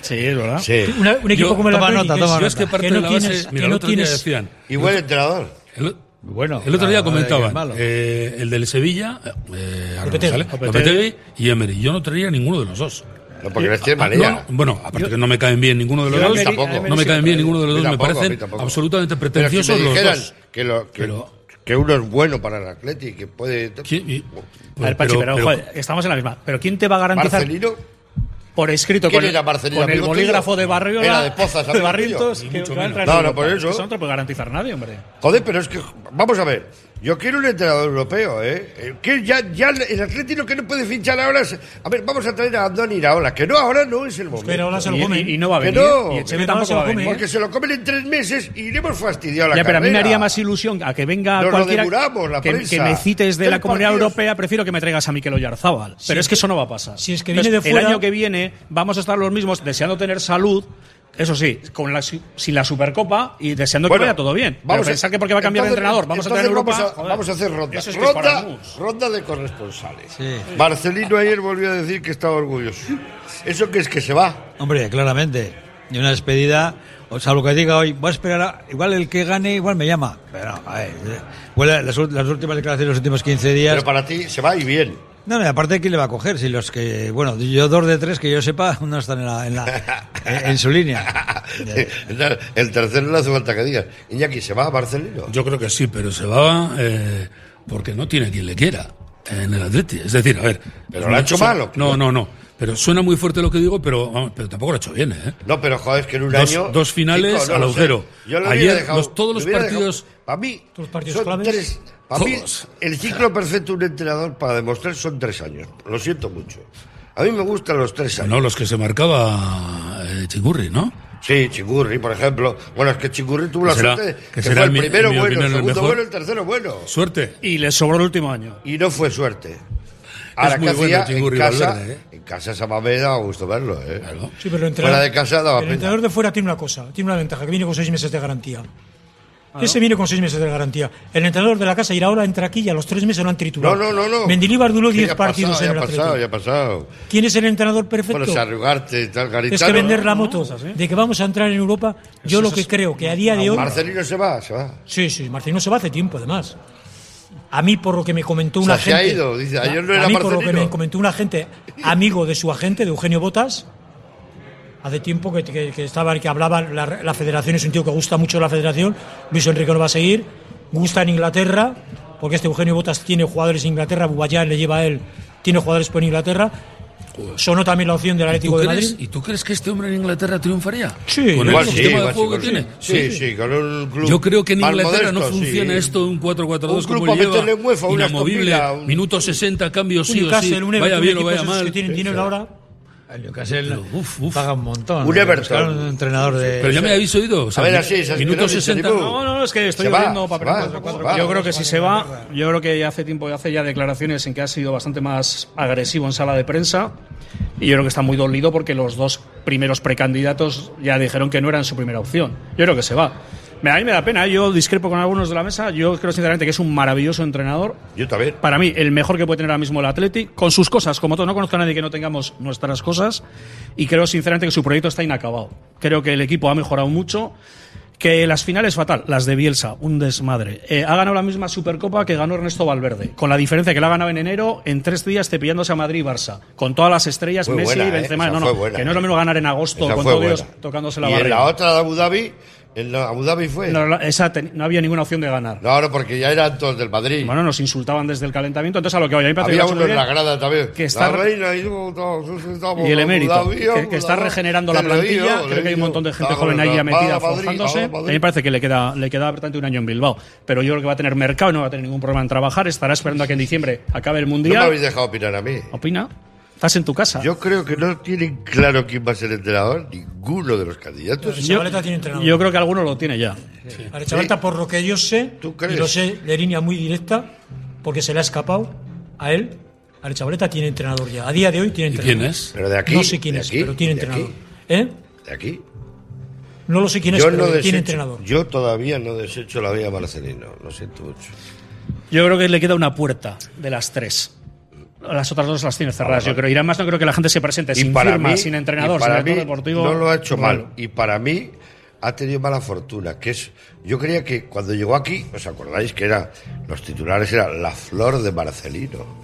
Speaker 7: Sí, es verdad.
Speaker 3: Sí.
Speaker 6: Una- un equipo
Speaker 5: Yo-
Speaker 6: como el
Speaker 4: toma
Speaker 6: Atleti,
Speaker 4: nota,
Speaker 6: que
Speaker 4: toma
Speaker 6: es-
Speaker 5: Yo es que
Speaker 4: nota.
Speaker 5: parte
Speaker 6: que
Speaker 5: de
Speaker 6: no
Speaker 5: la base,
Speaker 6: tienes,
Speaker 5: mira,
Speaker 6: que
Speaker 5: el
Speaker 6: no
Speaker 5: otro día
Speaker 6: tienes-
Speaker 5: decían,
Speaker 3: Y buen entrenador.
Speaker 5: el-
Speaker 4: Bueno,
Speaker 5: El otro día
Speaker 4: claro, que es
Speaker 5: comentaban
Speaker 4: malo.
Speaker 5: eh, el del Sevilla, eh, ahora no
Speaker 6: Lopetegui.
Speaker 5: sale, Lopetegui y Emery. Yo no traería ninguno de los dos.
Speaker 3: No, porque les tiene
Speaker 5: Ah,
Speaker 3: manía.
Speaker 5: no, no, bueno, aparte que no me caen bien ninguno de los
Speaker 3: Yo a
Speaker 5: dos.
Speaker 3: mí tampoco.
Speaker 5: No me caen bien ninguno de los
Speaker 3: A mí
Speaker 5: dos. Me
Speaker 3: tampoco, a
Speaker 5: parecen
Speaker 3: mí tampoco.
Speaker 5: absolutamente
Speaker 3: Pero si
Speaker 5: pretenciosos
Speaker 3: me
Speaker 5: los
Speaker 3: dijeran
Speaker 5: dos.
Speaker 3: Que, lo- que,
Speaker 5: Pero-
Speaker 3: que uno es bueno para el Atleti, que puede.
Speaker 5: ¿Qué? Y-
Speaker 7: A ver, Pachi, pero,
Speaker 5: pero-
Speaker 7: joder, estamos en la misma. Pero ¿quién te va a garantizar
Speaker 3: Marcelino.
Speaker 7: por escrito
Speaker 3: ¿Quién
Speaker 7: con, el-
Speaker 3: era Marcelino,
Speaker 7: con el
Speaker 3: amigo
Speaker 7: bolígrafo
Speaker 3: tuyo?
Speaker 7: de Barriola,
Speaker 3: Era de Pozas, amigo
Speaker 7: Barrientos,
Speaker 3: tuyo.
Speaker 7: que-
Speaker 5: mucho
Speaker 7: que va a
Speaker 5: menos.
Speaker 7: entrar
Speaker 3: No,
Speaker 7: en
Speaker 3: no,
Speaker 7: Europa?
Speaker 3: por eso.
Speaker 7: Eso no te lo puede garantizar nadie, hombre.
Speaker 3: Joder, pero es que. Vamos a ver. Yo quiero un entrenador europeo, ¿eh? Eh, Que ya, ya el Atleti lo que no puede finchar ahora es. A ver, vamos a traer a Andón Iraola, que no, ahora no es el momento.
Speaker 6: Pero ahora se lo
Speaker 7: Y-
Speaker 6: comen.
Speaker 7: Y, y no va a
Speaker 3: Que
Speaker 7: venir.
Speaker 3: no,
Speaker 7: y
Speaker 6: que
Speaker 7: Echeve
Speaker 6: no se
Speaker 7: tampoco
Speaker 6: lo
Speaker 7: va a
Speaker 6: come,
Speaker 7: venir.
Speaker 6: ¿eh?
Speaker 3: Porque se lo comen en tres meses y le hemos fastidiado la
Speaker 7: Ya, pero a
Speaker 3: carrera.
Speaker 7: mí me haría más ilusión a que venga
Speaker 3: Nos lo
Speaker 7: cualquiera
Speaker 3: devoramos, la
Speaker 7: que,
Speaker 3: prensa.
Speaker 7: que me cites de
Speaker 3: Tres
Speaker 7: la Comunidad
Speaker 3: partidos.
Speaker 7: Europea, prefiero que me traigas a Mikel Oyarzábal. Pero es que eso no va a pasar.
Speaker 6: si es que viene de
Speaker 7: El
Speaker 6: fuera-
Speaker 7: año que viene vamos a estar los mismos deseando tener salud, eso sí, con la, su- sin la Supercopa y deseando
Speaker 3: Bueno,
Speaker 7: que vaya todo bien. Vamos
Speaker 3: vamos
Speaker 7: pero
Speaker 3: a-
Speaker 7: pensar que porque va a cambiar
Speaker 3: entonces-
Speaker 7: de entrenador, vamos a tener
Speaker 3: entonces
Speaker 7: Europa.
Speaker 3: Vamos a,
Speaker 7: joder,
Speaker 3: vamos a hacer ronda.
Speaker 7: eso es que es para
Speaker 3: ronda,
Speaker 7: mus.
Speaker 3: ronda de corresponsales.
Speaker 4: Sí.
Speaker 3: Marcelino ayer volvió a decir que estaba orgulloso. ¿Eso que es que se va?
Speaker 4: Hombre, claramente. Y una despedida, o sea, lo que diga hoy, voy a esperar, a- igual el que gane, igual me llama. Pero, a ver, eh, huele a las, ul- las últimas declaraciones, los últimos 15 días.
Speaker 3: Pero para ti se va y bien.
Speaker 4: No, no, y aparte, ¿quién le va a coger? Si los que, bueno, yo dos de tres que yo sepa, no están en, la- en, la- en- en su línea.
Speaker 3: El tercero no hace falta que digas. Iñaki, ¿se va a Marcelino?
Speaker 5: Yo creo que sí, pero se va eh, porque no tiene quien le quiera en el Atleti. Es decir, a ver.
Speaker 3: Pero lo ha hecho
Speaker 5: su-
Speaker 3: mal, ¿o qué?
Speaker 5: No, no, no. Pero suena muy fuerte lo que digo, pero, vamos, pero tampoco lo ha hecho bien, ¿eh?
Speaker 3: No, pero joder, es que en un
Speaker 5: Dos-
Speaker 3: año.
Speaker 5: dos finales
Speaker 3: no
Speaker 5: al
Speaker 3: lo sé.
Speaker 5: agujero.
Speaker 3: Yo lo
Speaker 5: Ayer
Speaker 3: hubiera dejado-
Speaker 5: los- todos
Speaker 3: lo
Speaker 5: los
Speaker 3: hubiera
Speaker 5: partidos-
Speaker 3: dejado- para mí.
Speaker 6: Todos los partidos
Speaker 3: son
Speaker 6: claves.
Speaker 3: tres- para mí,
Speaker 5: Todos.
Speaker 3: el ciclo perfecto de un entrenador para demostrar son tres años. Lo siento mucho. A mí me gustan los tres años.
Speaker 5: No, los que se marcaba eh, Chigurri, ¿no?
Speaker 3: Sí, Chigurri, por ejemplo. Bueno, es que Chigurri tuvo la
Speaker 5: Será-
Speaker 3: suerte
Speaker 5: que
Speaker 3: que
Speaker 5: será
Speaker 3: fue el
Speaker 5: mi-
Speaker 3: primero
Speaker 5: mi
Speaker 3: bueno, el
Speaker 5: opinión el
Speaker 3: segundo
Speaker 5: mejor.
Speaker 3: bueno, el tercero bueno.
Speaker 5: Suerte.
Speaker 7: Y le sobró el último año.
Speaker 3: Y no fue suerte. Ahora
Speaker 5: muy
Speaker 3: que
Speaker 5: bueno
Speaker 3: hacía en
Speaker 5: Chigurri
Speaker 3: casa,
Speaker 5: Valverde, ¿eh?
Speaker 3: en casa Samamé daba gusto verlo, ¿eh?
Speaker 6: Sí, pero el
Speaker 3: Fuera
Speaker 6: entrenador,
Speaker 3: de casa daba
Speaker 6: el
Speaker 3: pena.
Speaker 6: entrenador de fuera tiene una cosa, tiene una ventaja, que viene con seis meses de garantía. Ese viene con seis meses de garantía. El entrenador de la casa irá ahora, entra aquí y a los tres meses lo han triturado.
Speaker 3: No, no, no, no.
Speaker 6: Mendilibar duró
Speaker 3: Que ya
Speaker 6: diez
Speaker 3: ha pasado,
Speaker 6: partidos
Speaker 3: Ya
Speaker 6: en el
Speaker 3: ha
Speaker 6: Atlético.
Speaker 3: pasado, ya ha pasado.
Speaker 6: ¿Quién es el entrenador perfecto?
Speaker 3: Bueno, se arrugarte, tal, Garitano.
Speaker 6: es que vender la moto
Speaker 7: Cosas, ¿eh?
Speaker 6: de que vamos a entrar en Europa, yo lo que creo que a
Speaker 7: Ah,
Speaker 6: día de hoy.
Speaker 3: Marcelino se va, se va.
Speaker 6: Sí, sí, Marcelino se va hace tiempo, además. A mí, por lo que me comentó
Speaker 3: O
Speaker 6: una
Speaker 3: sea, se ha
Speaker 6: gente.
Speaker 3: ido, dice,
Speaker 6: a-
Speaker 3: ayer no
Speaker 6: a
Speaker 3: era
Speaker 6: mí, por lo que
Speaker 3: Marcelino.
Speaker 6: me comentó un agente, amigo de su agente, de Eugenio Botas, hace tiempo que, que, que estaba, que hablaba, la, la federación es un tío que gusta mucho la federación, Luis Enrique no va a seguir, gusta en Inglaterra, porque este Eugenio Botas tiene jugadores en Inglaterra, Bubayán le lleva a él, tiene jugadores por Inglaterra. Sonó también la opción del
Speaker 5: ¿Tú
Speaker 6: Atlético de Madrid.
Speaker 5: crees, ¿Y tú crees que este hombre en Inglaterra triunfaría?
Speaker 6: Sí.
Speaker 5: con
Speaker 6: Igual
Speaker 5: el
Speaker 6: sí,
Speaker 5: sistema de
Speaker 3: igual
Speaker 5: juego que
Speaker 3: sí,
Speaker 5: tiene.
Speaker 3: Sí, sí, con un club.
Speaker 5: Yo creo que en
Speaker 3: más
Speaker 5: Inglaterra no
Speaker 3: modesto,
Speaker 5: funciona
Speaker 3: sí.
Speaker 5: esto de un 4-4-2
Speaker 3: Un
Speaker 5: como
Speaker 3: club para
Speaker 5: lleva
Speaker 3: meterle en UEFA, una
Speaker 5: inamovible,
Speaker 3: estopilla, un-
Speaker 5: minuto 60, cambio sí o sí,
Speaker 6: Newcastle, un Everton,
Speaker 5: vaya bien o
Speaker 6: equipos
Speaker 5: vaya
Speaker 6: esos
Speaker 5: mal.
Speaker 6: que tienen dinero ahora.
Speaker 4: El Newcastle
Speaker 5: Uf, uf.
Speaker 4: paga un montón.
Speaker 3: Un
Speaker 6: eh,
Speaker 4: Hay que
Speaker 3: Everton.
Speaker 4: buscar Un entrenador de.
Speaker 5: Pero ya me habéis oído. o
Speaker 7: Pues
Speaker 5: sea,
Speaker 3: A ver, así, se
Speaker 5: minuto
Speaker 3: aspiró, dice,
Speaker 5: 60.
Speaker 3: Dibu.
Speaker 5: no,
Speaker 7: No, no, no, es que estoy
Speaker 3: Se va,
Speaker 7: oyendo
Speaker 3: se
Speaker 7: papel
Speaker 3: va,
Speaker 7: 4-4.
Speaker 3: se va.
Speaker 7: Yo creo que si se va, yo creo que hace tiempo que hace ya declaraciones en que ha sido bastante más agresivo en sala de prensa. Y yo creo que está muy dolido porque los dos primeros precandidatos ya dijeron que no eran su primera opción. Yo creo que se va. Me- A mí me da pena, ¿eh? yo discrepo con algunos de la mesa. Yo creo sinceramente que es un maravilloso entrenador.
Speaker 3: Yo también.
Speaker 7: Para mí, el mejor que puede tener ahora mismo el Atleti, con sus cosas, como todo, no conozco a nadie que no tengamos nuestras cosas. Y creo sinceramente que su proyecto está inacabado. Creo que el equipo ha mejorado mucho. Que las finales fatal, las de Bielsa, un desmadre. Eh, ha ganado la misma Supercopa que ganó Ernesto Valverde, con la diferencia que la ha ganado en enero, en tres días cepillándose a Madrid y Barça, con todas las estrellas,
Speaker 3: Fue
Speaker 7: Messi
Speaker 3: buena,
Speaker 7: y
Speaker 3: eh,
Speaker 7: Benzema.
Speaker 3: esa
Speaker 7: no,
Speaker 3: fue
Speaker 7: no,
Speaker 3: buena,
Speaker 7: que no es
Speaker 3: eh.
Speaker 7: lo mismo ganar en agosto
Speaker 3: Esa
Speaker 7: con
Speaker 3: fue
Speaker 7: todo Dios
Speaker 3: buena.
Speaker 7: tocándose la
Speaker 3: Y en la
Speaker 7: barriga.
Speaker 3: otra de Abu Dhabi, en la Abu Dhabi fue.
Speaker 7: No,
Speaker 3: No,
Speaker 7: no, esa ten- no había ninguna opción de ganar.
Speaker 3: no, porque ya eran todos del Madrid.
Speaker 7: Bueno, nos insultaban desde el calentamiento, entonces a lo que voy, a mí me parece que
Speaker 3: Había
Speaker 7: lo
Speaker 3: uno
Speaker 7: ha hecho muy
Speaker 3: en la
Speaker 7: bien.
Speaker 3: grada también.
Speaker 7: que está-
Speaker 3: la reina y, yo, todos, estamos
Speaker 7: y
Speaker 3: en
Speaker 7: el
Speaker 3: Abu
Speaker 7: emérito,
Speaker 3: Dhabi,
Speaker 7: que,
Speaker 3: Abu
Speaker 7: que está
Speaker 3: Dhabi,
Speaker 7: regenerando la
Speaker 3: te lo digo,
Speaker 7: plantilla.
Speaker 3: te
Speaker 7: Creo que hay un
Speaker 3: digo.
Speaker 7: montón de gente
Speaker 3: Estamos
Speaker 7: joven ahí
Speaker 3: en la-
Speaker 7: ya metida
Speaker 3: Madrid,
Speaker 7: forzándose. A
Speaker 3: Madrid.
Speaker 7: mí me parece que le queda, le queda prácticamente un año en Bilbao. Pero yo creo que va a tener mercado, no va a tener ningún problema en trabajar. Estará esperando a que en diciembre acabe el
Speaker 3: No me
Speaker 7: mundial.
Speaker 3: habéis dejado opinar a mí.
Speaker 7: Opina. Estás en tu casa.
Speaker 3: Yo creo que no tienen claro quién va a ser el entrenador, ninguno de los candidatos.
Speaker 6: Yo- Chavaleta tiene entrenador.
Speaker 7: yo creo que alguno lo tiene ya.
Speaker 6: Arechavaleta, por lo que yo sé,
Speaker 3: ¿Tú crees?
Speaker 6: y lo sé de línea muy directa, porque se le ha escapado a él, Arechavaleta tiene entrenador ya. A día de hoy tiene
Speaker 5: ¿Y
Speaker 6: entrenador.
Speaker 5: quién es?
Speaker 3: Pero de aquí.
Speaker 6: no sé quién
Speaker 3: de
Speaker 6: es,
Speaker 3: aquí,
Speaker 6: pero tiene
Speaker 3: de
Speaker 6: entrenador.
Speaker 3: aquí,
Speaker 6: ¿Eh?
Speaker 3: De aquí.
Speaker 6: No lo sé quién es,
Speaker 3: Yo,
Speaker 6: pero
Speaker 3: no
Speaker 6: tiene
Speaker 3: desecho-
Speaker 6: entrenador.
Speaker 3: yo todavía no desecho la vida de Marcelino, lo siento mucho.
Speaker 7: Yo creo que le queda una puerta de las tres. Las otras dos las tiene
Speaker 3: Ah,
Speaker 7: cerradas. Yo creo. Irán más no creo que la gente se presente sin firma, sin entrenador,
Speaker 3: y para
Speaker 7: sin
Speaker 3: mí
Speaker 7: director deportivo.
Speaker 3: no lo ha hecho mal.
Speaker 7: Bueno,
Speaker 3: Y para mí ha tenido mala fortuna, que es yo creía que cuando llegó aquí, os acordáis que era los titulares eran la flor de Marcelino.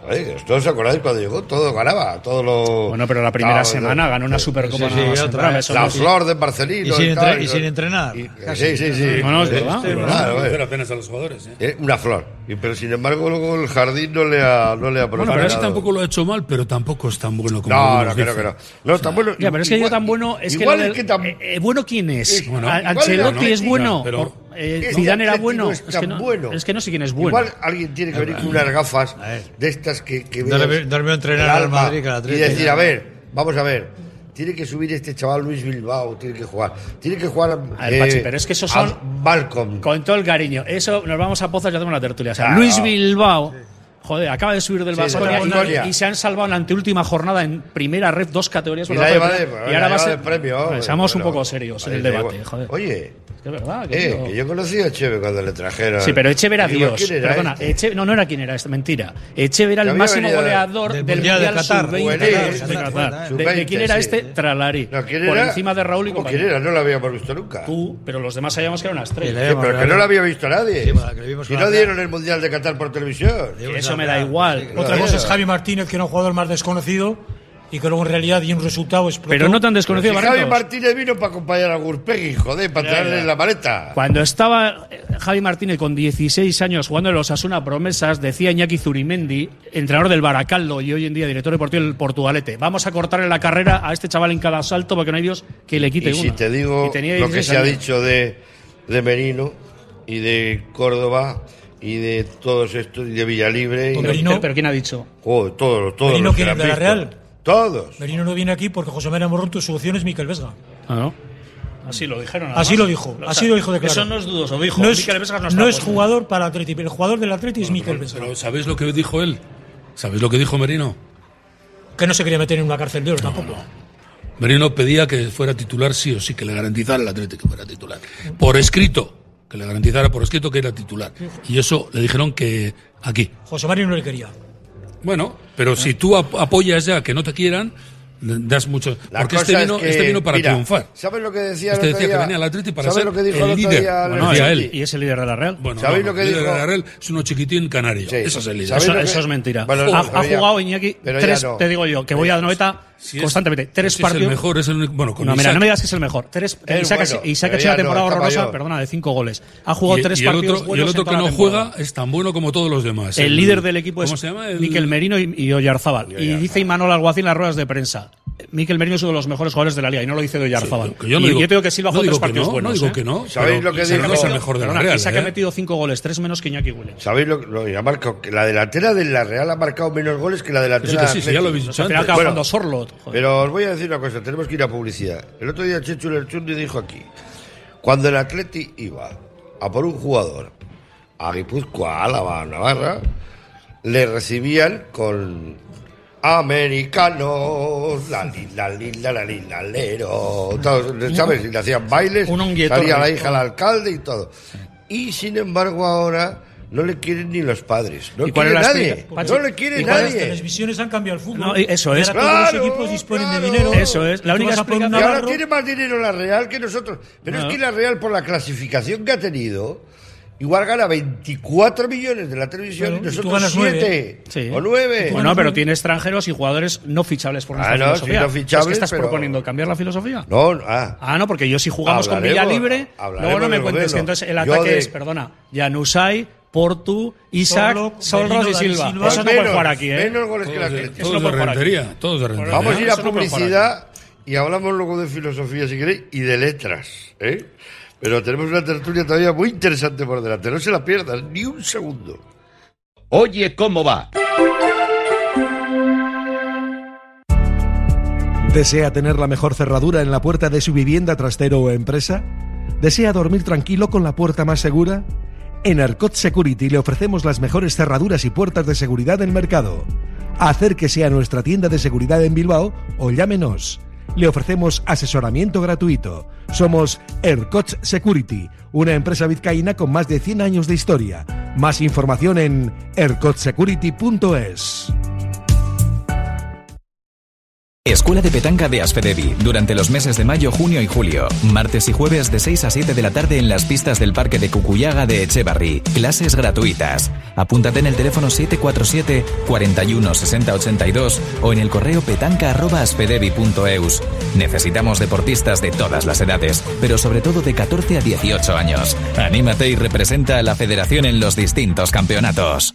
Speaker 3: Joder, ¿os acordáis cuando llegó? Todo ganaba, todo lo
Speaker 7: Bueno, pero la primera
Speaker 3: Claro,
Speaker 7: semana ganó una
Speaker 4: Sí,
Speaker 7: supercopa.
Speaker 4: sí,
Speaker 7: nada más
Speaker 4: otra
Speaker 7: entrar.
Speaker 4: vez.
Speaker 7: Eso no
Speaker 3: La
Speaker 7: es-
Speaker 3: flor de Marcelino.
Speaker 4: Y sin
Speaker 3: tal,
Speaker 4: entre- y sin entrenar.
Speaker 3: y-
Speaker 4: Casi.
Speaker 3: sí, sí, sí.
Speaker 7: No, no, es verdad.
Speaker 3: Este, claro, eh.
Speaker 5: Pero apenas a los jugadores. ¿eh?
Speaker 3: Eh, una flor. Y- Pero sin embargo, luego el jardín no le ha, no le ha
Speaker 5: Bueno, pero ese
Speaker 3: prosperado.
Speaker 5: tampoco lo ha hecho mal, pero tampoco es tan bueno como
Speaker 3: No, no,
Speaker 5: algunos
Speaker 3: creo que
Speaker 5: dicen.
Speaker 3: no. No, tan bueno.
Speaker 7: Ya, pero es que
Speaker 3: igual-
Speaker 7: yo tan bueno es
Speaker 3: igual
Speaker 7: que, lo
Speaker 3: es
Speaker 7: del-
Speaker 3: que tan-
Speaker 7: eh, eh, bueno quién es.
Speaker 5: Sí, bueno,
Speaker 7: A-
Speaker 3: igual
Speaker 7: Ancelotti
Speaker 3: no,
Speaker 7: es
Speaker 3: no,
Speaker 7: bueno.
Speaker 5: pero-
Speaker 7: Por- eh,
Speaker 3: Este
Speaker 7: Zidane era
Speaker 3: Atleti
Speaker 7: bueno.
Speaker 3: no
Speaker 7: Es,
Speaker 3: es
Speaker 7: que
Speaker 3: tan
Speaker 7: no,
Speaker 3: bueno.
Speaker 7: es que no sé quién es bueno.
Speaker 3: Igual alguien tiene que venir con unas gafas de estas que, que
Speaker 4: No le
Speaker 3: veas
Speaker 4: veo- no le veo entrenar
Speaker 3: el
Speaker 4: al
Speaker 3: alma
Speaker 4: Madrid que al
Speaker 3: Y
Speaker 4: Atleti.
Speaker 3: decir, a ver, vamos a ver. Tiene que subir este chaval Luis Bilbao, tiene que jugar. Tiene que jugar. eh,
Speaker 7: A ver, Pachi, pero es que esos
Speaker 3: a
Speaker 7: son-
Speaker 3: Malcolm.
Speaker 7: Con todo el cariño. Eso nos vamos a pozas y hacemos la tertulia. O sea,
Speaker 3: Claro.
Speaker 7: Luis Bilbao. Joder, acaba de subir del
Speaker 3: Sí,
Speaker 7: Baskonia
Speaker 3: del Baskonia.
Speaker 7: y, y se han salvado en la anteúltima jornada en primera red dos categorías. pues, por
Speaker 3: Y la
Speaker 7: debajo
Speaker 3: lleva de,
Speaker 7: primera.
Speaker 3: la lleva de premio.
Speaker 7: Hombre, Seamos un
Speaker 3: Bueno,
Speaker 7: poco serios en
Speaker 3: oye,
Speaker 7: el
Speaker 3: que
Speaker 7: debate.
Speaker 3: igual-
Speaker 7: Joder.
Speaker 3: Oye,
Speaker 7: Es que es verdad. que
Speaker 3: eh,
Speaker 7: yo-
Speaker 3: que yo conocí a Cheve cuando le trajeron.
Speaker 7: Sí, pero Echever era
Speaker 3: Digo,
Speaker 7: Dios.
Speaker 3: ¿quién era
Speaker 7: Perdona,
Speaker 3: este?
Speaker 7: Eche- no, no era quien era, es mentira. Echever era
Speaker 3: Que
Speaker 7: el
Speaker 3: había
Speaker 7: máximo
Speaker 3: venido
Speaker 7: goleador del,
Speaker 4: del
Speaker 7: Mundial
Speaker 4: Mundial de Qatar.
Speaker 7: Sub-20 de
Speaker 3: Juvenil,
Speaker 7: Qatar.
Speaker 3: sub-20,
Speaker 7: ¿De, de quién era
Speaker 3: sí.
Speaker 7: este? Tralari.
Speaker 3: No, ¿quién
Speaker 7: Por
Speaker 3: era?
Speaker 7: encima de Raúl y
Speaker 3: ¿Cómo
Speaker 7: compañía.
Speaker 3: quién era? No lo habíamos visto nunca.
Speaker 7: Tú, pero los demás sabíamos que era una
Speaker 4: Sí,
Speaker 7: estrella.
Speaker 4: le
Speaker 3: Sí, pero que no lo había visto nadie.
Speaker 4: Sí, bueno, que le vimos
Speaker 3: si
Speaker 4: con
Speaker 3: no
Speaker 4: la-
Speaker 3: dieron el Mundial de Qatar por televisión.
Speaker 4: Sí.
Speaker 7: Eso me da igual.
Speaker 3: Claro,
Speaker 6: Otra cosa es
Speaker 3: claro.
Speaker 6: Javi Martínez, que era un jugador más desconocido y que luego en realidad dio un resultado explotó.
Speaker 7: Pero no
Speaker 3: Pero
Speaker 7: tan
Speaker 3: si
Speaker 7: desconocido,
Speaker 3: Javi
Speaker 7: Barrientos.
Speaker 3: Martínez vino para acompañar a Gurpegui, joder, para
Speaker 7: Ya, ya.
Speaker 3: traerle la maleta.
Speaker 7: Cuando estaba eh, Javi Martínez con 16 años jugando en los Asuna Promesas, decía Iñaki Zurimendi, entrenador del Baracaldo y hoy en día director deportivo del Portugalete, vamos a cortarle la carrera a este chaval en cada salto porque no hay Dios que le quite
Speaker 3: Y
Speaker 7: una.
Speaker 3: si te digo
Speaker 7: Y tenía
Speaker 3: lo que
Speaker 7: 16
Speaker 3: se ha
Speaker 7: años.
Speaker 3: dicho de, de Merino y de Córdoba y de todos estos, y de Villalibre, y
Speaker 6: Hombre,
Speaker 7: Pero,
Speaker 6: Merino-
Speaker 7: pero- pero ¿quién ha dicho?
Speaker 3: Joder, todos, todos
Speaker 6: Merino
Speaker 3: los
Speaker 6: quiere
Speaker 3: han
Speaker 6: ir a la
Speaker 3: visto.
Speaker 6: Real.
Speaker 3: Todos.
Speaker 6: Merino no viene aquí porque José María Morrón, tu solución es Miquel Vesga.
Speaker 7: Ah, ¿no? Así lo dijeron.
Speaker 6: Así lo dijo, así lo dijo de claro.
Speaker 7: Eso no es dudoso, dijo.
Speaker 6: No es,
Speaker 7: Mikel Vesgas
Speaker 6: no
Speaker 7: está
Speaker 6: es
Speaker 7: puesto.
Speaker 6: jugador para Atleti. El jugador del Atleti es Miquel Vesga,
Speaker 5: Pero ¿sabéis lo que dijo él? ¿Sabéis lo que dijo Merino?
Speaker 6: que no se quería meter en una cárcel de oro tampoco.
Speaker 5: Merino pedía que fuera titular sí o sí, que le garantizara el Atlético que fuera titular. Por escrito. que le garantizara por escrito que era titular. Y eso le dijeron que aquí.
Speaker 6: José Mario no le quería.
Speaker 5: Bueno, pero si tú ap- apoyas ya que no te quieran, le das mucho.
Speaker 3: La
Speaker 5: porque
Speaker 3: cosa
Speaker 5: este vino,
Speaker 3: es que,
Speaker 5: este vino para
Speaker 3: mira,
Speaker 5: triunfar.
Speaker 3: ¿Sabes lo que decía
Speaker 5: Este
Speaker 3: el otro
Speaker 5: decía que
Speaker 3: día?
Speaker 5: venía al Atleti para
Speaker 3: ¿Sabes
Speaker 5: ser
Speaker 3: lo que dijo
Speaker 5: el
Speaker 3: el otro
Speaker 5: líder?
Speaker 3: día
Speaker 5: Bueno,
Speaker 3: Alberto
Speaker 7: No,
Speaker 5: decía
Speaker 7: es-
Speaker 5: él.
Speaker 7: y es el líder de la Real.
Speaker 5: Bueno,
Speaker 3: ¿Sabéis
Speaker 5: no,
Speaker 3: lo que
Speaker 5: Miguel
Speaker 3: dijo?
Speaker 5: Villarreal es uno chiquitín canario.
Speaker 3: Sí.
Speaker 5: Eso es el líder.
Speaker 3: ¿Sabéis
Speaker 5: Eso-
Speaker 7: Eso,
Speaker 3: lo que-
Speaker 7: eso es mentira.
Speaker 3: Bueno,
Speaker 7: ha,
Speaker 3: no,
Speaker 7: ha
Speaker 3: pero ya-
Speaker 7: jugado Iñaki
Speaker 3: pero ya
Speaker 7: tres,
Speaker 3: no.
Speaker 7: te digo yo, que voy a Noeta
Speaker 5: si es-
Speaker 7: constantemente. Tres
Speaker 5: si
Speaker 7: partidos.
Speaker 5: Es el mejor, es el único. Bueno, con
Speaker 7: no, mira,
Speaker 5: Isaac.
Speaker 7: no me digas que es el mejor. Tres,
Speaker 3: Es
Speaker 7: Isaac,
Speaker 3: bueno,
Speaker 7: ha- Isaac ha
Speaker 3: pero
Speaker 7: hecho
Speaker 3: ya
Speaker 7: una temporada
Speaker 3: no, está
Speaker 7: horrorosa,
Speaker 3: mayor.
Speaker 7: perdona, de cinco goles. Ha jugado
Speaker 5: Y-
Speaker 7: tres
Speaker 5: y el
Speaker 7: partidos
Speaker 5: otro, y el
Speaker 7: buenos en
Speaker 5: otro
Speaker 7: toda
Speaker 5: que
Speaker 7: la
Speaker 5: no
Speaker 7: temporada.
Speaker 5: juega es tan bueno como todos los demás.
Speaker 7: El líder del equipo
Speaker 5: ¿cómo
Speaker 7: es
Speaker 5: se llama? El-
Speaker 7: Miquel Merino y, y Oyarzábal. Y dice Imanol Alguacil en las ruedas de prensa. Miquel Merino es uno de los mejores jugadores de la liga y no lo dice de Oyarzábal.
Speaker 5: Que yo no
Speaker 7: y
Speaker 5: digo,
Speaker 7: yo tengo que Silva
Speaker 5: no
Speaker 7: jugó
Speaker 5: digo
Speaker 7: tres
Speaker 5: que
Speaker 7: partidos
Speaker 5: no,
Speaker 7: buenos.
Speaker 5: No digo
Speaker 7: ¿eh?
Speaker 5: que no.
Speaker 3: ¿Sabéis
Speaker 5: pero
Speaker 3: lo que
Speaker 5: Isaac
Speaker 3: dijo?
Speaker 5: No es el mejor de la
Speaker 7: Perdona,
Speaker 5: Real.
Speaker 7: Isaac ha
Speaker 5: ¿eh?
Speaker 7: metido cinco goles, tres menos que Iñaki Williams.
Speaker 3: ¿Sabéis lo, lo que ha marcado? Que la delantera de la Real ha marcado menos goles que la
Speaker 5: Que sí, Pues que
Speaker 3: delantera
Speaker 5: sí, sí,
Speaker 3: del
Speaker 5: ya lo
Speaker 3: Atlético.
Speaker 5: habéis
Speaker 7: O
Speaker 5: dicho
Speaker 7: sea, al final
Speaker 5: antes.
Speaker 7: acaba
Speaker 3: Bueno,
Speaker 7: jugando Sorlot. joder.
Speaker 3: Pero os voy a decir una cosa, tenemos que ir a publicidad. El otro día Chechu Lerchundi dijo aquí, cuando el Atleti iba a por un jugador a Guipúzcoa, Álava, Navarra, le recibían con americanos, la linda, linda, la linda, lero, todos, ¿sabes? Y le hacían bailes,
Speaker 7: Un honguietorro.
Speaker 3: salía la hija al alcalde y todo. Y sin embargo ahora no le quieren ni los padres, no
Speaker 7: ¿Y cuál
Speaker 3: quiere
Speaker 7: es la
Speaker 3: nadie,
Speaker 7: explica- Pachi,
Speaker 3: no le quiere
Speaker 7: ¿y cuál
Speaker 6: Las
Speaker 7: es-
Speaker 3: nadie.
Speaker 6: televisiones han cambiado el fútbol.
Speaker 7: No, y eso
Speaker 6: Y
Speaker 7: es.
Speaker 6: ahora todos
Speaker 3: Claro,
Speaker 6: los equipos disponen
Speaker 3: claro.
Speaker 6: de dinero.
Speaker 7: Eso es. La
Speaker 6: Tú
Speaker 7: única
Speaker 6: vas a por un
Speaker 7: explicación-
Speaker 3: Y ahora
Speaker 6: Navarro,
Speaker 3: tiene más dinero la Real que nosotros. Pero
Speaker 7: No.
Speaker 3: es que la Real, por la clasificación que ha tenido, igual gana 24 millones de la televisión
Speaker 6: Bueno,
Speaker 3: y
Speaker 6: y tú
Speaker 3: nosotros
Speaker 6: ganas
Speaker 3: 7
Speaker 7: Sí.
Speaker 3: o 9.
Speaker 7: Bueno, pero tiene extranjeros y jugadores no fichables por nuestra
Speaker 3: Ah, no,
Speaker 7: filosofía.
Speaker 3: sí, no
Speaker 7: Es que
Speaker 3: fichables,
Speaker 7: estás
Speaker 3: pero-
Speaker 7: proponiendo cambiar la filosofía?
Speaker 3: No, no, ah.
Speaker 7: Ah, no, porque yo si jugamos
Speaker 3: Hablaremos,
Speaker 7: con Villa Libre,
Speaker 3: hablaremos
Speaker 7: luego no me
Speaker 3: del
Speaker 7: cuentes
Speaker 3: gobierno.
Speaker 7: que entonces el
Speaker 3: Yo
Speaker 7: ataque
Speaker 3: de-
Speaker 7: es, perdona, Janusay, Portu, Isaac,
Speaker 6: Sorlo,
Speaker 7: Solros y
Speaker 6: Merino, David
Speaker 7: Silva.
Speaker 6: Silva.
Speaker 7: Eso no
Speaker 3: Pues
Speaker 7: puede jugar aquí, ¿eh?
Speaker 3: menos goles que la
Speaker 5: Todos de-
Speaker 3: Atleti.
Speaker 7: Eso no
Speaker 5: Todos de
Speaker 7: puede jugar aquí.
Speaker 5: rentería. Todos de rentería.
Speaker 3: Vamos a ir a
Speaker 7: Eso no puede jugar
Speaker 3: publicidad y hablamos luego de filosofía, si queréis, y de letras. ¿eh? Pero tenemos una tertulia todavía muy interesante por delante. No se la pierdan ni un segundo.
Speaker 8: Oye cómo va.
Speaker 9: ¿Desea tener la mejor cerradura en la puerta de su vivienda, trastero o empresa? ¿Desea dormir tranquilo con la puerta más segura? En Arcot Security le ofrecemos las mejores cerraduras y puertas de seguridad del mercado. Acérquese a nuestra tienda de seguridad en Bilbao o llámenos. Le ofrecemos asesoramiento gratuito. Somos Ercots Security, una empresa vizcaína con más de 100 años de historia. Más información en ercotsecurity.es.
Speaker 10: Escuela de Petanca de Asfederi, durante los meses de mayo, junio y julio. Martes y jueves de 6 a 7 de la tarde en las pistas del Parque de Cucuyaga de Echevarri. Clases gratuitas. Apúntate en el teléfono 747 41 60 82 o en el correo petanca.asfederi.eus. Necesitamos deportistas de todas las edades, pero sobre todo de 14 a 18 años. Anímate y representa a la federación en los distintos campeonatos.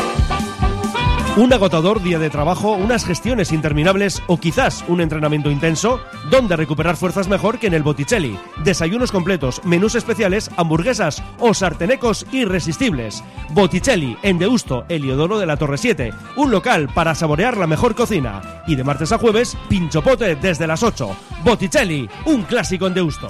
Speaker 1: Un agotador día de trabajo, unas gestiones interminables o quizás un entrenamiento intenso, donde recuperar fuerzas mejor que en el Botticelli. Desayunos completos, menús especiales, hamburguesas o sartenecos irresistibles. Botticelli, en Deusto, Heliodoro de la Torre 7. Un local para saborear la mejor cocina. Y de martes a jueves, pinchopote desde las 8. Botticelli, un clásico en Deusto.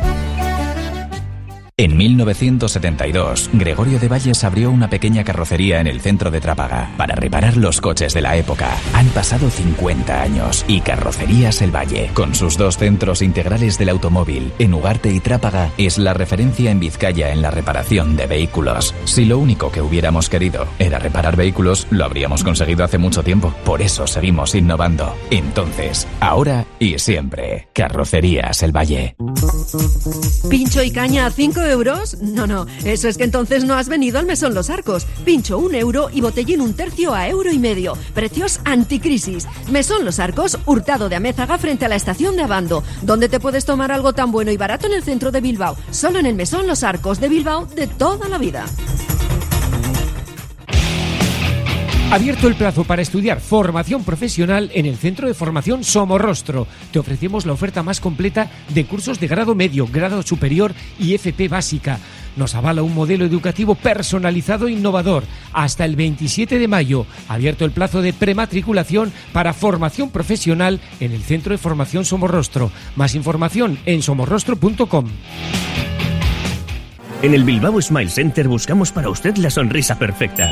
Speaker 10: En 1972, Gregorio de Valles abrió una pequeña carrocería en el centro de Trápaga para reparar los coches de la época. Han pasado 50 años y Carrocerías El Valle, con sus dos centros integrales del automóvil, en Ugarte y Trápaga, es la referencia en Vizcaya en la reparación de vehículos. Si lo único que hubiéramos querido era reparar vehículos, lo habríamos conseguido hace mucho tiempo. Por eso seguimos innovando. Entonces, ahora y siempre, Carrocerías El Valle.
Speaker 11: ¿Pincho y caña a 5 euros? No, no, eso es que entonces no has venido al Mesón Los Arcos. Pincho un euro y botellín un tercio a euro y medio. Precios anticrisis. Mesón Los Arcos, hurtado de Amézaga frente a la estación de Abando. donde te puedes tomar algo tan bueno y barato en el centro de Bilbao? Solo en el Mesón Los Arcos de Bilbao de toda la vida.
Speaker 12: Abierto el plazo para estudiar formación profesional en el Centro de Formación Somorrostro. Te ofrecemos la oferta más completa de cursos de grado medio, grado superior y FP básica. Nos avala un modelo educativo personalizado e innovador. Hasta el 27 de mayo, abierto el plazo de prematriculación para formación profesional en el Centro de Formación Somorrostro. Más información en somorrostro.com.
Speaker 13: En el Bilbao Smile Center buscamos para usted la sonrisa perfecta.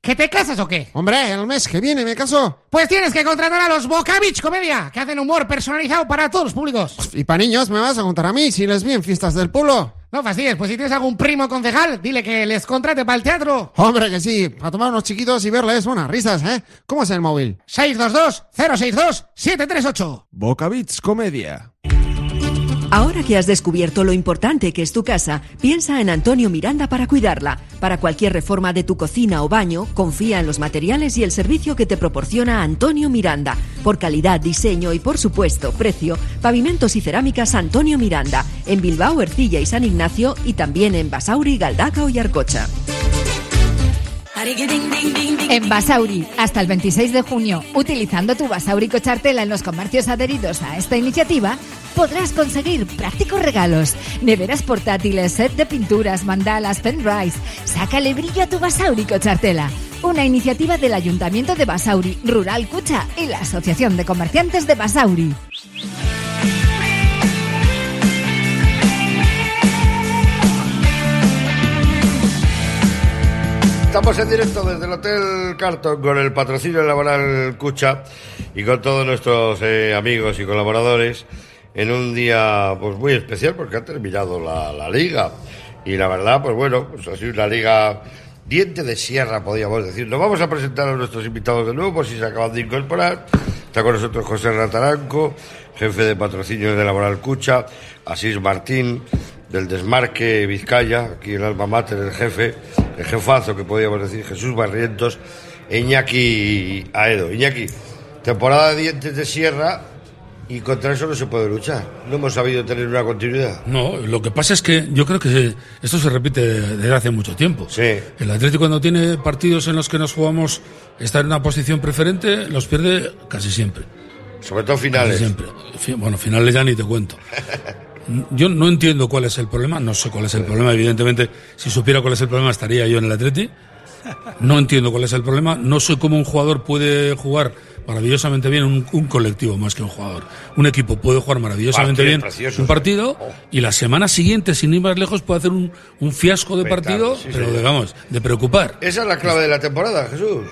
Speaker 14: ¿que te casas o qué?
Speaker 15: Hombre, el mes que viene me caso.
Speaker 14: Pues tienes que contratar a los Bocavich Comedia, que hacen humor personalizado para todos los públicos.
Speaker 15: Y pa' niños me vas a contar a mí si les vi en fiestas del pueblo.
Speaker 14: No fastidies, pues si tienes algún primo concejal, dile que les contrate para el teatro.
Speaker 15: Hombre, que sí, a tomar unos chiquitos y verles buenas risas, ¿eh? ¿Cómo es el móvil?
Speaker 14: 622-062-738.
Speaker 15: Bocavits Comedia.
Speaker 11: Ahora que has descubierto lo importante que es tu casa, piensa en Antonio Miranda para cuidarla. Para cualquier reforma de tu cocina o baño, confía en los materiales y el servicio que te proporciona Antonio Miranda. Por calidad, diseño y, por supuesto, precio, pavimentos y cerámicas Antonio Miranda, en Bilbao, Ercilla y San Ignacio y también en Basauri, Galdaca y Arcocha.
Speaker 16: En Basauri, hasta el 26 de junio, utilizando tu Basauri Cochartela en los comercios adheridos a esta iniciativa, podrás conseguir prácticos regalos, neveras portátiles, set de pinturas, mandalas, pendrives. Sácale brillo a tu Basauri Cochartela. Una iniciativa del Ayuntamiento de Basauri, Rural Cucha y la Asociación de Comerciantes de Basauri.
Speaker 3: Estamos en directo desde el Hotel Carton con el patrocinio laboral Cucha y con todos nuestros eh, amigos y colaboradores en un día pues muy especial porque ha terminado la, la liga. Y la verdad, pues bueno, pues ha sido una liga diente de sierra, podríamos decir. Nos vamos a presentar a nuestros invitados de nuevo por si se acaban de incorporar. Está con nosotros José Rataranco, jefe de patrocinio de Laboral Cucha, Asís Martín, del desmarque Vizcaya, aquí el alma mater, el jefe, el jefazo que podíamos decir, Jesús Barrientos, e Iñaki Aedo. Iñaki, temporada de dientes de sierra y contra eso no se puede luchar. No hemos sabido tener una continuidad.
Speaker 5: No, lo que pasa es que yo creo que se- esto se repite desde hace mucho tiempo. El Atlético cuando tiene partidos en los que nos jugamos estar en una posición preferente, los pierde casi siempre.
Speaker 3: Sobre todo finales.
Speaker 5: Casi siempre. Fi- Bueno, finales ya ni te cuento. Yo no entiendo cuál es el problema, no sé cuál es el problema, evidentemente, si supiera cuál es el problema estaría yo en el Atleti. No entiendo cuál es el problema, no sé cómo un jugador puede jugar maravillosamente bien un, un colectivo más que un jugador. Un equipo puede jugar maravillosamente
Speaker 3: Partido
Speaker 5: bien
Speaker 3: precioso,
Speaker 5: un
Speaker 3: sí.
Speaker 5: partido
Speaker 3: Oh.
Speaker 5: y la semana siguiente, sin ir más lejos, puede hacer un, un fiasco de
Speaker 3: Espectáculo,
Speaker 5: partido,
Speaker 3: sí,
Speaker 5: pero
Speaker 3: señor.
Speaker 5: digamos, de preocupar.
Speaker 3: Esa es la clave de la temporada, Jesús.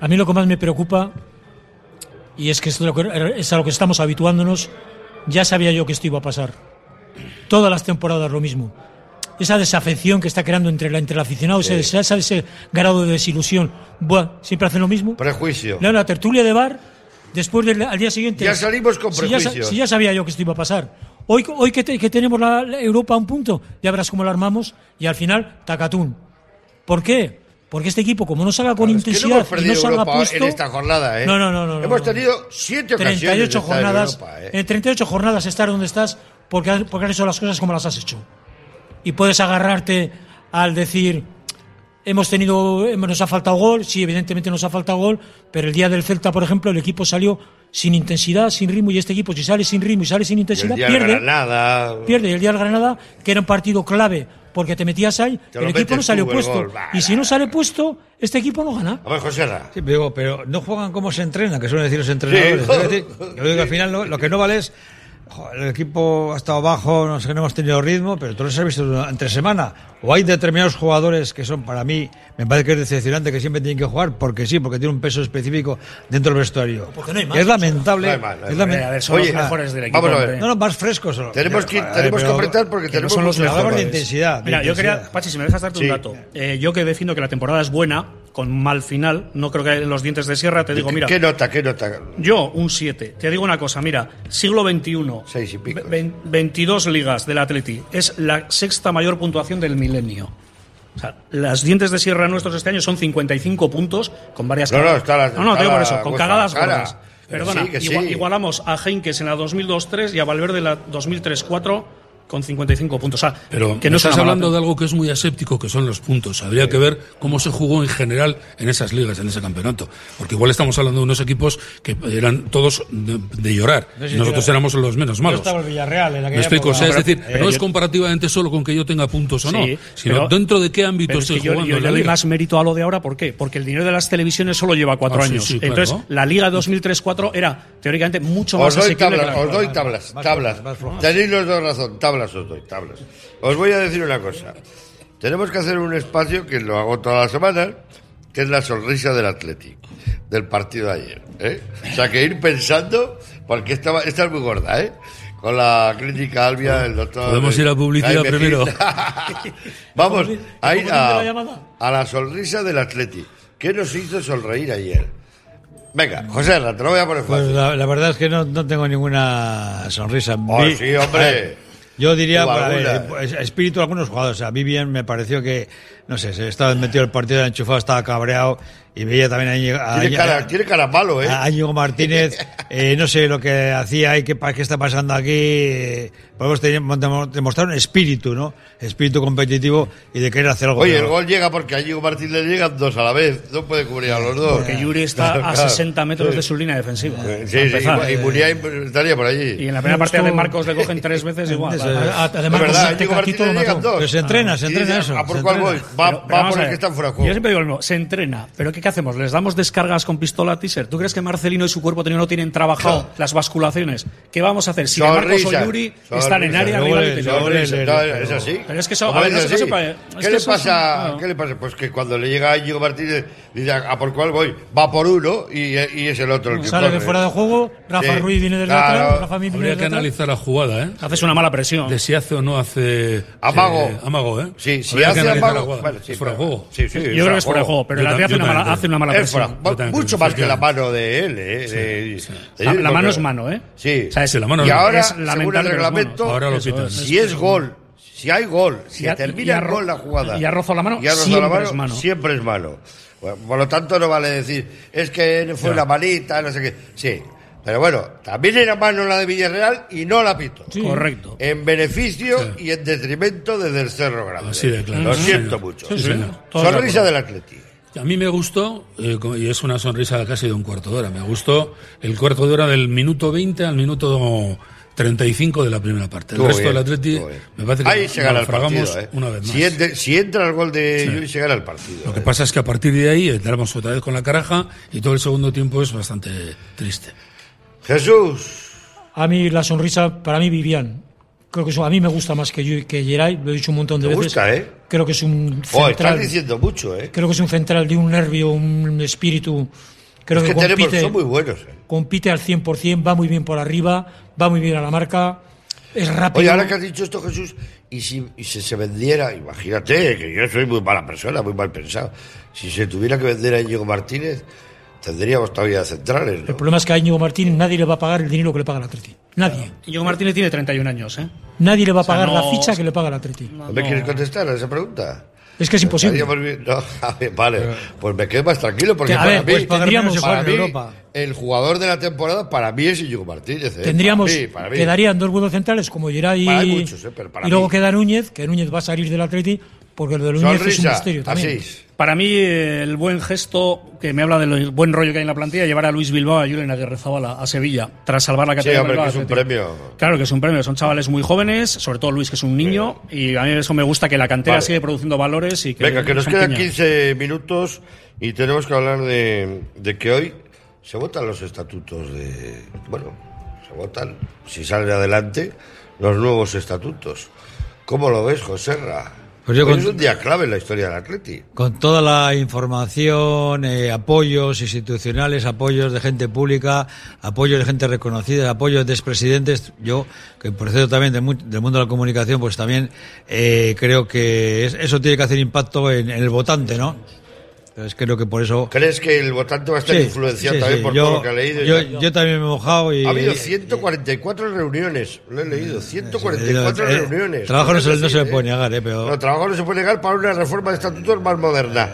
Speaker 6: A mí lo que más me preocupa, y es que esto es lo que- es a lo que estamos habituándonos, ya sabía yo que esto iba a pasar. Todas las temporadas lo mismo. Esa desafección que está creando entre, la, entre el aficionado, ese,
Speaker 3: Sí.
Speaker 6: ese- ese grado de desilusión. Buah, siempre hacen lo mismo.
Speaker 3: Prejuicio.
Speaker 6: No, la tertulia de bar, después del al día siguiente.
Speaker 3: Ya salimos con
Speaker 6: Si ya sa-
Speaker 3: prejuicios.
Speaker 6: si ya sabía yo que esto iba a pasar. Hoy, hoy que, te- que tenemos la, la Europa a un punto, ya verás cómo la armamos y al final, tacatún. ¿Por qué? Porque este equipo, como no salga con
Speaker 3: Que no
Speaker 6: intensidad
Speaker 3: hemos
Speaker 6: y no
Speaker 3: perdido
Speaker 6: salga
Speaker 3: Europa
Speaker 6: puesto.
Speaker 3: en esta jornada, ¿eh?
Speaker 6: No, no, no, no, no,
Speaker 3: Hemos
Speaker 6: no.
Speaker 3: tenido siete ocasiones.
Speaker 6: 38
Speaker 3: de estar en
Speaker 6: jornadas.
Speaker 3: Europa, ¿eh?
Speaker 6: En 38 jornadas estar donde estás porque, has- porque has hecho las cosas como las has hecho. Y puedes agarrarte al decir, hemos tenido, hemos- nos ha faltado gol, sí, evidentemente nos ha faltado gol, pero el día del Celta, por ejemplo, el equipo salió sin intensidad, sin ritmo, y este equipo, si sale sin ritmo y sale sin
Speaker 3: Y el
Speaker 6: intensidad,
Speaker 3: día de
Speaker 6: pierde.
Speaker 3: Granada.
Speaker 6: Pierde y el día del Granada, que era un partido clave porque te metías ahí,
Speaker 3: Te
Speaker 6: el
Speaker 3: lo
Speaker 6: equipo no
Speaker 3: metes
Speaker 6: salió
Speaker 3: tú, el
Speaker 6: puesto.
Speaker 3: gol. Bah,
Speaker 6: y si no sale puesto, este equipo no gana.
Speaker 3: A ver, José Ra.
Speaker 4: Sí, pero, digo, pero no juegan como se entrena, que suelen decir los entrenadores.
Speaker 3: Sí.
Speaker 4: Yo digo que al final lo, lo que no vale es "Jo, el equipo ha estado bajo, no, sé, no hemos tenido ritmo, pero tú los has visto durante- entre semana. O hay determinados jugadores que son para mí, me parece que es decepcionante que siempre tienen que jugar porque sí, porque tiene un peso específico dentro del vestuario.
Speaker 3: porque no hay más,
Speaker 4: es lamentable.
Speaker 3: No hay más, no hay
Speaker 4: es
Speaker 3: más.
Speaker 4: lamen-
Speaker 3: A ver, son los Oye, mejores del equipo, vamos a ver. hombre.
Speaker 4: No, no, más frescos. son los-
Speaker 3: Tenemos que-
Speaker 4: Joder,
Speaker 3: tenemos que
Speaker 4: pero-
Speaker 3: apretar porque
Speaker 4: que
Speaker 3: tenemos
Speaker 4: no son los
Speaker 3: muchos
Speaker 4: mejores de
Speaker 3: jugadores.
Speaker 4: intensidad. de
Speaker 7: Mira, yo
Speaker 4: intensidad.
Speaker 7: quería, Pachi, si me dejas darte
Speaker 4: Sí.
Speaker 7: un dato. Eh, yo que defiendo que la temporada es buena, con mal final, no creo que en los dientes de sierra te digo, mira.
Speaker 3: ¿Qué nota, qué nota?
Speaker 7: Yo, un 7. Te digo una cosa, mira, siglo XXI, ve- ve- 22 ligas del Atleti, es la sexta mayor puntuación del milenio. O sea, las dientes de sierra nuestros este año son 55 puntos con varias
Speaker 3: No, no,
Speaker 7: cagadas.
Speaker 3: está la-
Speaker 7: no, no,
Speaker 3: está
Speaker 7: te digo por
Speaker 3: la
Speaker 7: eso, con
Speaker 3: vuestra
Speaker 7: cagadas
Speaker 3: cara.
Speaker 7: gordas.
Speaker 3: Que
Speaker 7: Perdona,
Speaker 3: sí, que
Speaker 7: igua-
Speaker 3: sí.
Speaker 7: igualamos a Heinkes en la 2002-3 y a Valverde en la 2003-4 con 55 puntos. O sea,
Speaker 5: Pero
Speaker 7: que
Speaker 5: me
Speaker 7: no es
Speaker 5: estás
Speaker 7: una mala
Speaker 5: hablando de algo que es muy aséptico, que son los puntos. Habría que ver cómo se jugó en general en esas ligas, en ese campeonato. Porque igual estamos hablando de unos equipos que eran todos de, de llorar.
Speaker 4: No sé si
Speaker 5: Nosotros
Speaker 4: era-
Speaker 5: éramos los menos
Speaker 4: Yo
Speaker 5: malos.
Speaker 4: estaba en Villarreal en
Speaker 5: Me
Speaker 4: aquella
Speaker 5: explico, o
Speaker 4: época.
Speaker 5: sea, es decir,
Speaker 4: Eh,
Speaker 5: no es
Speaker 4: yo-
Speaker 5: comparativamente solo con que yo tenga puntos pues, o no,
Speaker 7: Sí,
Speaker 5: sino
Speaker 7: pero-
Speaker 5: dentro de qué ámbito
Speaker 7: pero es
Speaker 5: estoy
Speaker 7: que yo-
Speaker 5: jugando.
Speaker 7: Yo,
Speaker 5: en
Speaker 7: le
Speaker 5: la
Speaker 7: doy
Speaker 5: liga.
Speaker 7: más mérito a lo de ahora, ¿por qué? Porque el dinero de las televisiones solo lleva cuatro
Speaker 5: Ah, sí,
Speaker 7: años.
Speaker 5: sí, claro.
Speaker 7: Entonces, la Liga 2003-4 era teóricamente mucho
Speaker 3: Os
Speaker 7: más
Speaker 3: doy
Speaker 7: asequible que
Speaker 3: tablas,
Speaker 7: la
Speaker 3: os doy
Speaker 7: actual.
Speaker 3: tablas, tablas. Tenéis los dos razón, tablas os doy, tablas. Os voy a decir una cosa. Tenemos que hacer un espacio que lo hago todas las semanas, que es la sonrisa del Atlético, del partido de ayer. ¿eh? O sea, que ir pensando, porque esta, va- esta es muy gorda, ¿eh? Con la crítica albia del doctor.
Speaker 5: Podemos ir a publicidad
Speaker 3: Jaime Gil.
Speaker 5: primero.
Speaker 3: Vamos a ir
Speaker 5: componente de la
Speaker 3: a, a la sonrisa del Atlético. ¿Qué nos hizo sonreír ayer? Venga, José, Ra, te lo voy a poner fácil.
Speaker 4: Pues la, la verdad es que no, no tengo ninguna sonrisa.
Speaker 3: Oh,
Speaker 4: Vi-
Speaker 3: sí,
Speaker 4: A ver,
Speaker 3: hombre.
Speaker 4: Yo diría,
Speaker 3: Hubo
Speaker 4: pues, a ver,
Speaker 3: alguna.
Speaker 4: eh, espíritu de algunos jugadores. A mí bien me pareció que, no sé, se estaba metido el partido, era enchufado, estaba cabreado y veía también a, Íñigo- a-
Speaker 3: Tiene cara, tiene cara malo, ¿eh?
Speaker 4: a Íñigo Martínez. eh, no sé lo que hacía y qué, pa- qué está pasando aquí. eh, Podemos tener- mont- demostrar un espíritu, ¿no? Espíritu competitivo y de querer hacer algo.
Speaker 3: Oye,
Speaker 4: pero-
Speaker 3: el gol llega porque a Diego Martín le llegan dos a la vez. No puede cubrir a los dos.
Speaker 7: Porque Yuri está
Speaker 3: Claro,
Speaker 7: a
Speaker 3: claro.
Speaker 7: 60 metros
Speaker 3: Sí.
Speaker 7: de su línea defensiva.
Speaker 3: Sí,
Speaker 7: Para
Speaker 3: sí,
Speaker 7: empezar. Eh,
Speaker 3: y Muniain estaría por allí.
Speaker 7: Y en la primera partida de Marcos le cogen tres veces igual.
Speaker 4: Eh, Eso es. A- además,
Speaker 3: Es verdad,
Speaker 4: con
Speaker 3: Diego Martín
Speaker 4: Tecatito
Speaker 3: le
Speaker 4: lo
Speaker 3: llegan
Speaker 4: mató.
Speaker 3: dos.
Speaker 4: Pero se entrena, se
Speaker 3: Y
Speaker 4: entrena
Speaker 3: dice,
Speaker 4: eso,
Speaker 3: ¿A por
Speaker 4: se
Speaker 3: cuál voy?
Speaker 4: entrena.
Speaker 3: Va,
Speaker 7: Pero- pero
Speaker 3: va
Speaker 7: vamos
Speaker 3: por
Speaker 7: a
Speaker 3: el
Speaker 7: ver,
Speaker 3: que está fuera de juego.
Speaker 7: Yo siempre digo lo mismo, se entrena. ¿Pero qué, qué hacemos? ¿Les damos descargas con pistola teaser? ¿Tú crees que Marcelino y su cuerpo técnico no tienen trabajado las basculaciones? ¿Qué vamos a hacer? Si de Marcos o
Speaker 3: Sonrisa,
Speaker 7: Yuri
Speaker 3: sonrisa.
Speaker 7: están en área,
Speaker 3: No,
Speaker 7: rival
Speaker 3: es-
Speaker 7: y
Speaker 3: no,
Speaker 7: peligro.
Speaker 3: es- no, es así.
Speaker 7: Pero es que eso.
Speaker 3: Hombre,
Speaker 7: A ver, no
Speaker 3: es
Speaker 7: sé qué
Speaker 3: así.
Speaker 7: sepa- es
Speaker 3: ¿Qué
Speaker 7: que
Speaker 3: le
Speaker 7: eso es
Speaker 3: pasa?
Speaker 7: un-
Speaker 3: ¿Qué le pasa? Pues que cuando le llega a Diego Martínez, dice, ¿a por cuál voy? Va por uno y, y es el otro el que
Speaker 6: Sale de
Speaker 3: corre.
Speaker 6: fuera de juego, Rafa
Speaker 3: Sí,
Speaker 6: Ruiz viene del
Speaker 3: claro.
Speaker 6: lateral, Rafa Mir viene
Speaker 5: Habría
Speaker 6: del
Speaker 5: que
Speaker 6: lateral.
Speaker 5: analizar la jugada, ¿eh?
Speaker 7: Haces una mala presión.
Speaker 5: De si hace o no hace.
Speaker 3: Amago.
Speaker 5: eh, amago, ¿eh?
Speaker 3: Sí, si
Speaker 5: Habría que
Speaker 3: hace
Speaker 5: analizar
Speaker 3: amago,
Speaker 5: la jugada.
Speaker 3: bueno, sí,
Speaker 5: es fuera de
Speaker 3: pero-
Speaker 5: juego.
Speaker 3: sí, sí,
Speaker 7: Yo creo que es fuera de juego, pero la
Speaker 5: Yo
Speaker 7: realidad hace
Speaker 5: también
Speaker 7: una mala,
Speaker 5: creo.
Speaker 7: hace una mala
Speaker 3: Es fuera.
Speaker 7: presión.
Speaker 5: Yo también
Speaker 3: Mucho
Speaker 5: creo,
Speaker 3: más que la
Speaker 5: efectivamente.
Speaker 3: mano de él, ¿eh? De- de-
Speaker 7: La,
Speaker 3: de-
Speaker 7: la mano es mano, ¿eh?
Speaker 3: Sí.
Speaker 7: O sea, es-
Speaker 3: Sí, la mano y
Speaker 7: es-
Speaker 3: ahora,
Speaker 7: es
Speaker 3: según el
Speaker 7: lamentable que las
Speaker 3: reglamento,
Speaker 7: manos. Ahora lo
Speaker 3: eso
Speaker 7: pitan.
Speaker 3: si es gol, si hay gol, si
Speaker 7: Y a- y
Speaker 3: termina el
Speaker 7: arro-
Speaker 3: gol la jugada.
Speaker 7: y arrozo la mano,
Speaker 3: y arrozo
Speaker 7: siempre
Speaker 3: la mano,
Speaker 7: es mano.
Speaker 3: Siempre es mano. Bueno, por lo tanto, no vale decir, es que fue
Speaker 5: Ya.
Speaker 3: una manita, no sé qué. Sí. Pero bueno, también era mano la de Villarreal y no la pito.
Speaker 7: Correcto.
Speaker 3: En beneficio y en detrimento de del Cerro Grande.
Speaker 5: Así de claro.
Speaker 3: Lo
Speaker 5: Sí,
Speaker 3: siento
Speaker 5: señor.
Speaker 3: mucho.
Speaker 5: Sí, señor. Todos de
Speaker 3: Sonrisa
Speaker 5: acuerdo.
Speaker 3: del Atleti.
Speaker 5: A mí me gustó, eh, co- y es una sonrisa casi de un cuarto de hora, me gustó el cuarto de hora del minuto 20 al minuto 35 de la primera parte. El
Speaker 3: Estuvo
Speaker 5: resto
Speaker 3: bien,
Speaker 5: del Atleti me parece que
Speaker 3: Ahí se gana el
Speaker 5: naufragamos
Speaker 3: partido. ¿eh?
Speaker 5: una vez más.
Speaker 3: Si, ent- si entra el gol de Yuri, se gana el partido.
Speaker 5: Lo que pasa es que a partir de ahí entramos otra vez con la caraja y todo el segundo tiempo es bastante triste.
Speaker 3: Jesús.
Speaker 6: A mí la sonrisa, para mí Vivian. Creo que eso a mí me gusta más que yo que Geray, lo he dicho un montón de
Speaker 3: Te
Speaker 6: veces.
Speaker 3: gusta, ¿eh?
Speaker 6: Creo que es un
Speaker 3: Oh, estás
Speaker 6: central.
Speaker 3: diciendo mucho, ¿eh?
Speaker 6: creo que es un central de un nervio, un espíritu. Creo
Speaker 3: es que,
Speaker 6: que,
Speaker 3: tenemos,
Speaker 6: compite,
Speaker 3: son muy buenos. ¿eh?
Speaker 6: compite al 100%, va muy bien por arriba, va muy bien a la marca, es rápido.
Speaker 3: Oye, ahora que has dicho esto, Jesús, y si y si se vendiera, imagínate, que yo soy muy mala persona, muy mal pensado, si se tuviera que vender a Íñigo Martínez, tendríamos todavía centrales,
Speaker 6: El
Speaker 3: ¿no?
Speaker 6: problema es que a Íñigo Martínez nadie le va a pagar el dinero que le paga el Atleti.
Speaker 3: Eh,
Speaker 6: Nadie.
Speaker 7: Diego Martínez tiene 31 años, ¿eh?
Speaker 6: Nadie le va a
Speaker 7: O sea,
Speaker 6: pagar
Speaker 7: no-
Speaker 6: la ficha que le paga el Atleti.
Speaker 3: ¿No me quieres contestar a esa pregunta?
Speaker 6: Es que es imposible.
Speaker 3: Estaríamos bien- no, a ver, vale, pues me quedo más tranquilo porque
Speaker 6: Que, a
Speaker 3: para
Speaker 6: ver,
Speaker 3: mí,
Speaker 6: pues tendríamos-
Speaker 3: para
Speaker 6: en
Speaker 3: mí,
Speaker 6: Europa.
Speaker 3: el jugador de la temporada para mí es Íñigo Martínez. ¿eh?
Speaker 6: Tendríamos,
Speaker 3: Para mí, para mí.
Speaker 6: quedarían dos huevos centrales como Geray
Speaker 3: Para
Speaker 6: y,
Speaker 3: muchos, eh, pero para
Speaker 6: y luego
Speaker 3: mí.
Speaker 6: queda Núñez, que Núñez va a salir del Atleti porque lo de Núñez es un
Speaker 3: Sonrisa,
Speaker 6: misterio también.
Speaker 7: Para mí, eh, el buen gesto que me habla del buen rollo que hay en la plantilla llevar a Luis Bilbao y a Julen Aguirre Zabala a Sevilla tras salvar la
Speaker 3: Sí,
Speaker 7: categoría.
Speaker 3: hombre,
Speaker 7: del
Speaker 3: que es
Speaker 7: Bilbao
Speaker 3: un
Speaker 7: Athletic.
Speaker 3: premio.
Speaker 7: Claro que es un premio, son chavales muy jóvenes, sobre todo Luis que es un niño, y a mí eso me gusta que la cantera
Speaker 3: Vale.
Speaker 7: sigue produciendo valores y que.
Speaker 3: Venga, que nos
Speaker 7: son
Speaker 3: quedan
Speaker 7: piña.
Speaker 3: 15 minutos y tenemos que hablar de, de que hoy se votan los estatutos de. Bueno, se votan, si salen adelante, los nuevos estatutos. ¿Cómo lo ves, José Ra?
Speaker 4: Pues yo con-
Speaker 3: es un día clave en la historia del Atleti.
Speaker 4: Con toda la información, eh, apoyos institucionales, apoyos de gente pública, apoyos de gente reconocida, apoyos de expresidentes, yo que procedo también del, mu- del mundo de la comunicación, pues también eh, creo que es- eso tiene que hacer impacto en, en el votante, ¿no? Entonces creo que por eso...
Speaker 3: ¿Crees que el votante va a estar
Speaker 4: Sí,
Speaker 3: influenciado
Speaker 4: sí,
Speaker 3: también
Speaker 4: sí,
Speaker 3: por
Speaker 4: yo-
Speaker 3: todo lo que ha leído? y
Speaker 4: yo-
Speaker 3: tal?
Speaker 4: yo también eh, me he mojado y-
Speaker 3: Ha habido 144 reuniones, lo he leído, 144
Speaker 4: Eh,
Speaker 3: reuniones.
Speaker 4: Trabajo no se, no se le
Speaker 3: ¿eh?
Speaker 4: puede negar, eh, pero...
Speaker 3: No, trabajo no se puede negar para una reforma de estatutos más moderna.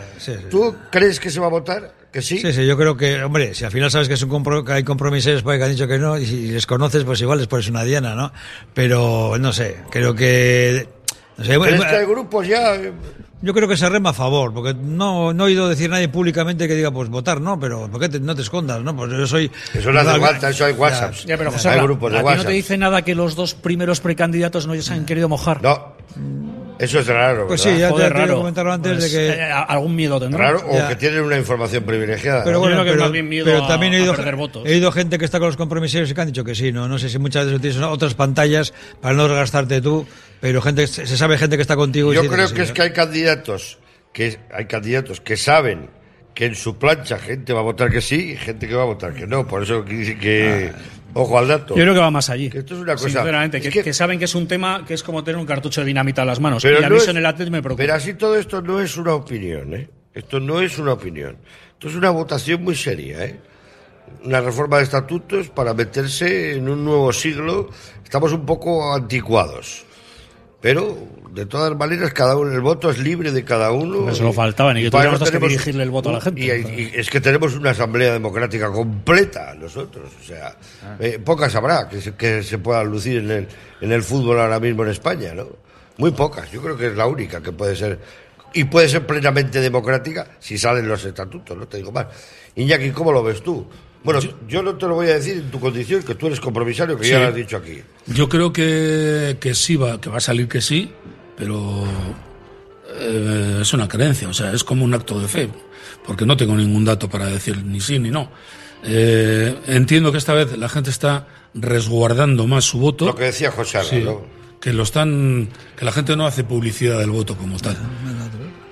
Speaker 3: ¿Tú crees que se va a votar? ¿Que sí?
Speaker 4: Sí, sí, yo creo que, hombre, si al final sabes que, es un compro- que hay compromiseros porque han dicho que no, y si les conoces, pues igual les pones una diana, ¿no? Pero, no sé, creo que... no sé,
Speaker 3: ¿Crees
Speaker 4: bueno,
Speaker 3: que hay grupos ya? eh,
Speaker 4: yo creo que se rema a favor, porque no, no he oído decir nadie públicamente que diga, pues votar, ¿no? Pero, ¿por qué te- no te escondas, no? Pues yo soy...
Speaker 3: Eso no hace falta, eso hay WhatsApps.
Speaker 4: Ya, pero,
Speaker 3: Hay grupos de
Speaker 7: ¿A ti no
Speaker 3: WhatsApp.
Speaker 7: te dice nada que los dos primeros precandidatos no se han querido mojar?
Speaker 3: No. Eso es raro.
Speaker 4: Pues
Speaker 3: ¿verdad?
Speaker 4: sí, ya te- Joder, te he raro. comentado antes de que-
Speaker 7: eh, algún miedo tendrá.
Speaker 3: Raro o
Speaker 4: Ya.
Speaker 3: que tienen una información privilegiada.
Speaker 4: Pero
Speaker 3: ¿no?
Speaker 4: bueno, pero, pero también he ido,
Speaker 7: perder votos.
Speaker 4: he ido gente que está con los compromiseros y que han dicho que sí, ¿no? No sé si muchas veces utilizan otras pantallas para no regastarte tú, pero gente se se sabe gente que está contigo. y
Speaker 3: Yo
Speaker 4: sí,
Speaker 3: creo
Speaker 4: sí, ¿eh?
Speaker 3: que es
Speaker 4: ¿no?
Speaker 3: que hay candidatos que hay candidatos que saben que en su plancha gente va a votar que sí y gente que va a votar que no. Por eso que dice que
Speaker 4: Ah.
Speaker 3: ojo al dato.
Speaker 7: Yo creo que va más allí.
Speaker 3: esto es una cosa-
Speaker 7: Sinceramente,
Speaker 3: es
Speaker 7: que,
Speaker 3: que-
Speaker 7: que saben que es un tema que es como tener un cartucho de dinamita en las manos.
Speaker 3: Pero
Speaker 7: y a
Speaker 3: no
Speaker 7: mí
Speaker 3: es-
Speaker 7: eso en el Atlético me preocupa.
Speaker 3: Pero así todo esto no es una opinión, ¿eh? Esto no es una opinión. Esto es una votación muy seria, ¿eh? Una reforma de estatutos para meterse en un nuevo siglo. Estamos un poco anticuados. Pero, de todas maneras, cada uno, el voto es libre de cada uno.
Speaker 7: Eso no
Speaker 3: Y-
Speaker 7: faltaba, ni que
Speaker 3: y para
Speaker 7: tuviéramos
Speaker 3: eso
Speaker 7: que
Speaker 3: tenemos-
Speaker 7: dirigirle el voto a la gente.
Speaker 3: Y, y es que tenemos una asamblea democrática completa nosotros. O sea,
Speaker 7: Ah.
Speaker 3: eh, pocas habrá que se, que se pueda lucir en el, en el fútbol ahora mismo en España, ¿no? Muy pocas. Yo creo que es la única que puede ser. Y puede ser plenamente democrática si salen los estatutos, no te digo más. Iñaki, ¿cómo lo ves tú? Bueno, yo, no te lo voy a decir en tu condición, que tú eres compromisario, que ya
Speaker 5: Sí.
Speaker 3: lo has dicho aquí.
Speaker 5: Yo creo que, que sí va, que va a salir que sí, pero eh, es una creencia, o sea, es como un acto de fe, porque no tengo ningún dato para decir ni sí ni no. Eh, entiendo que esta vez la gente está resguardando más su voto.
Speaker 3: Lo que decía José Arra,
Speaker 5: Sí,
Speaker 3: ¿no?
Speaker 5: que lo están, que la gente no hace publicidad del voto como tal.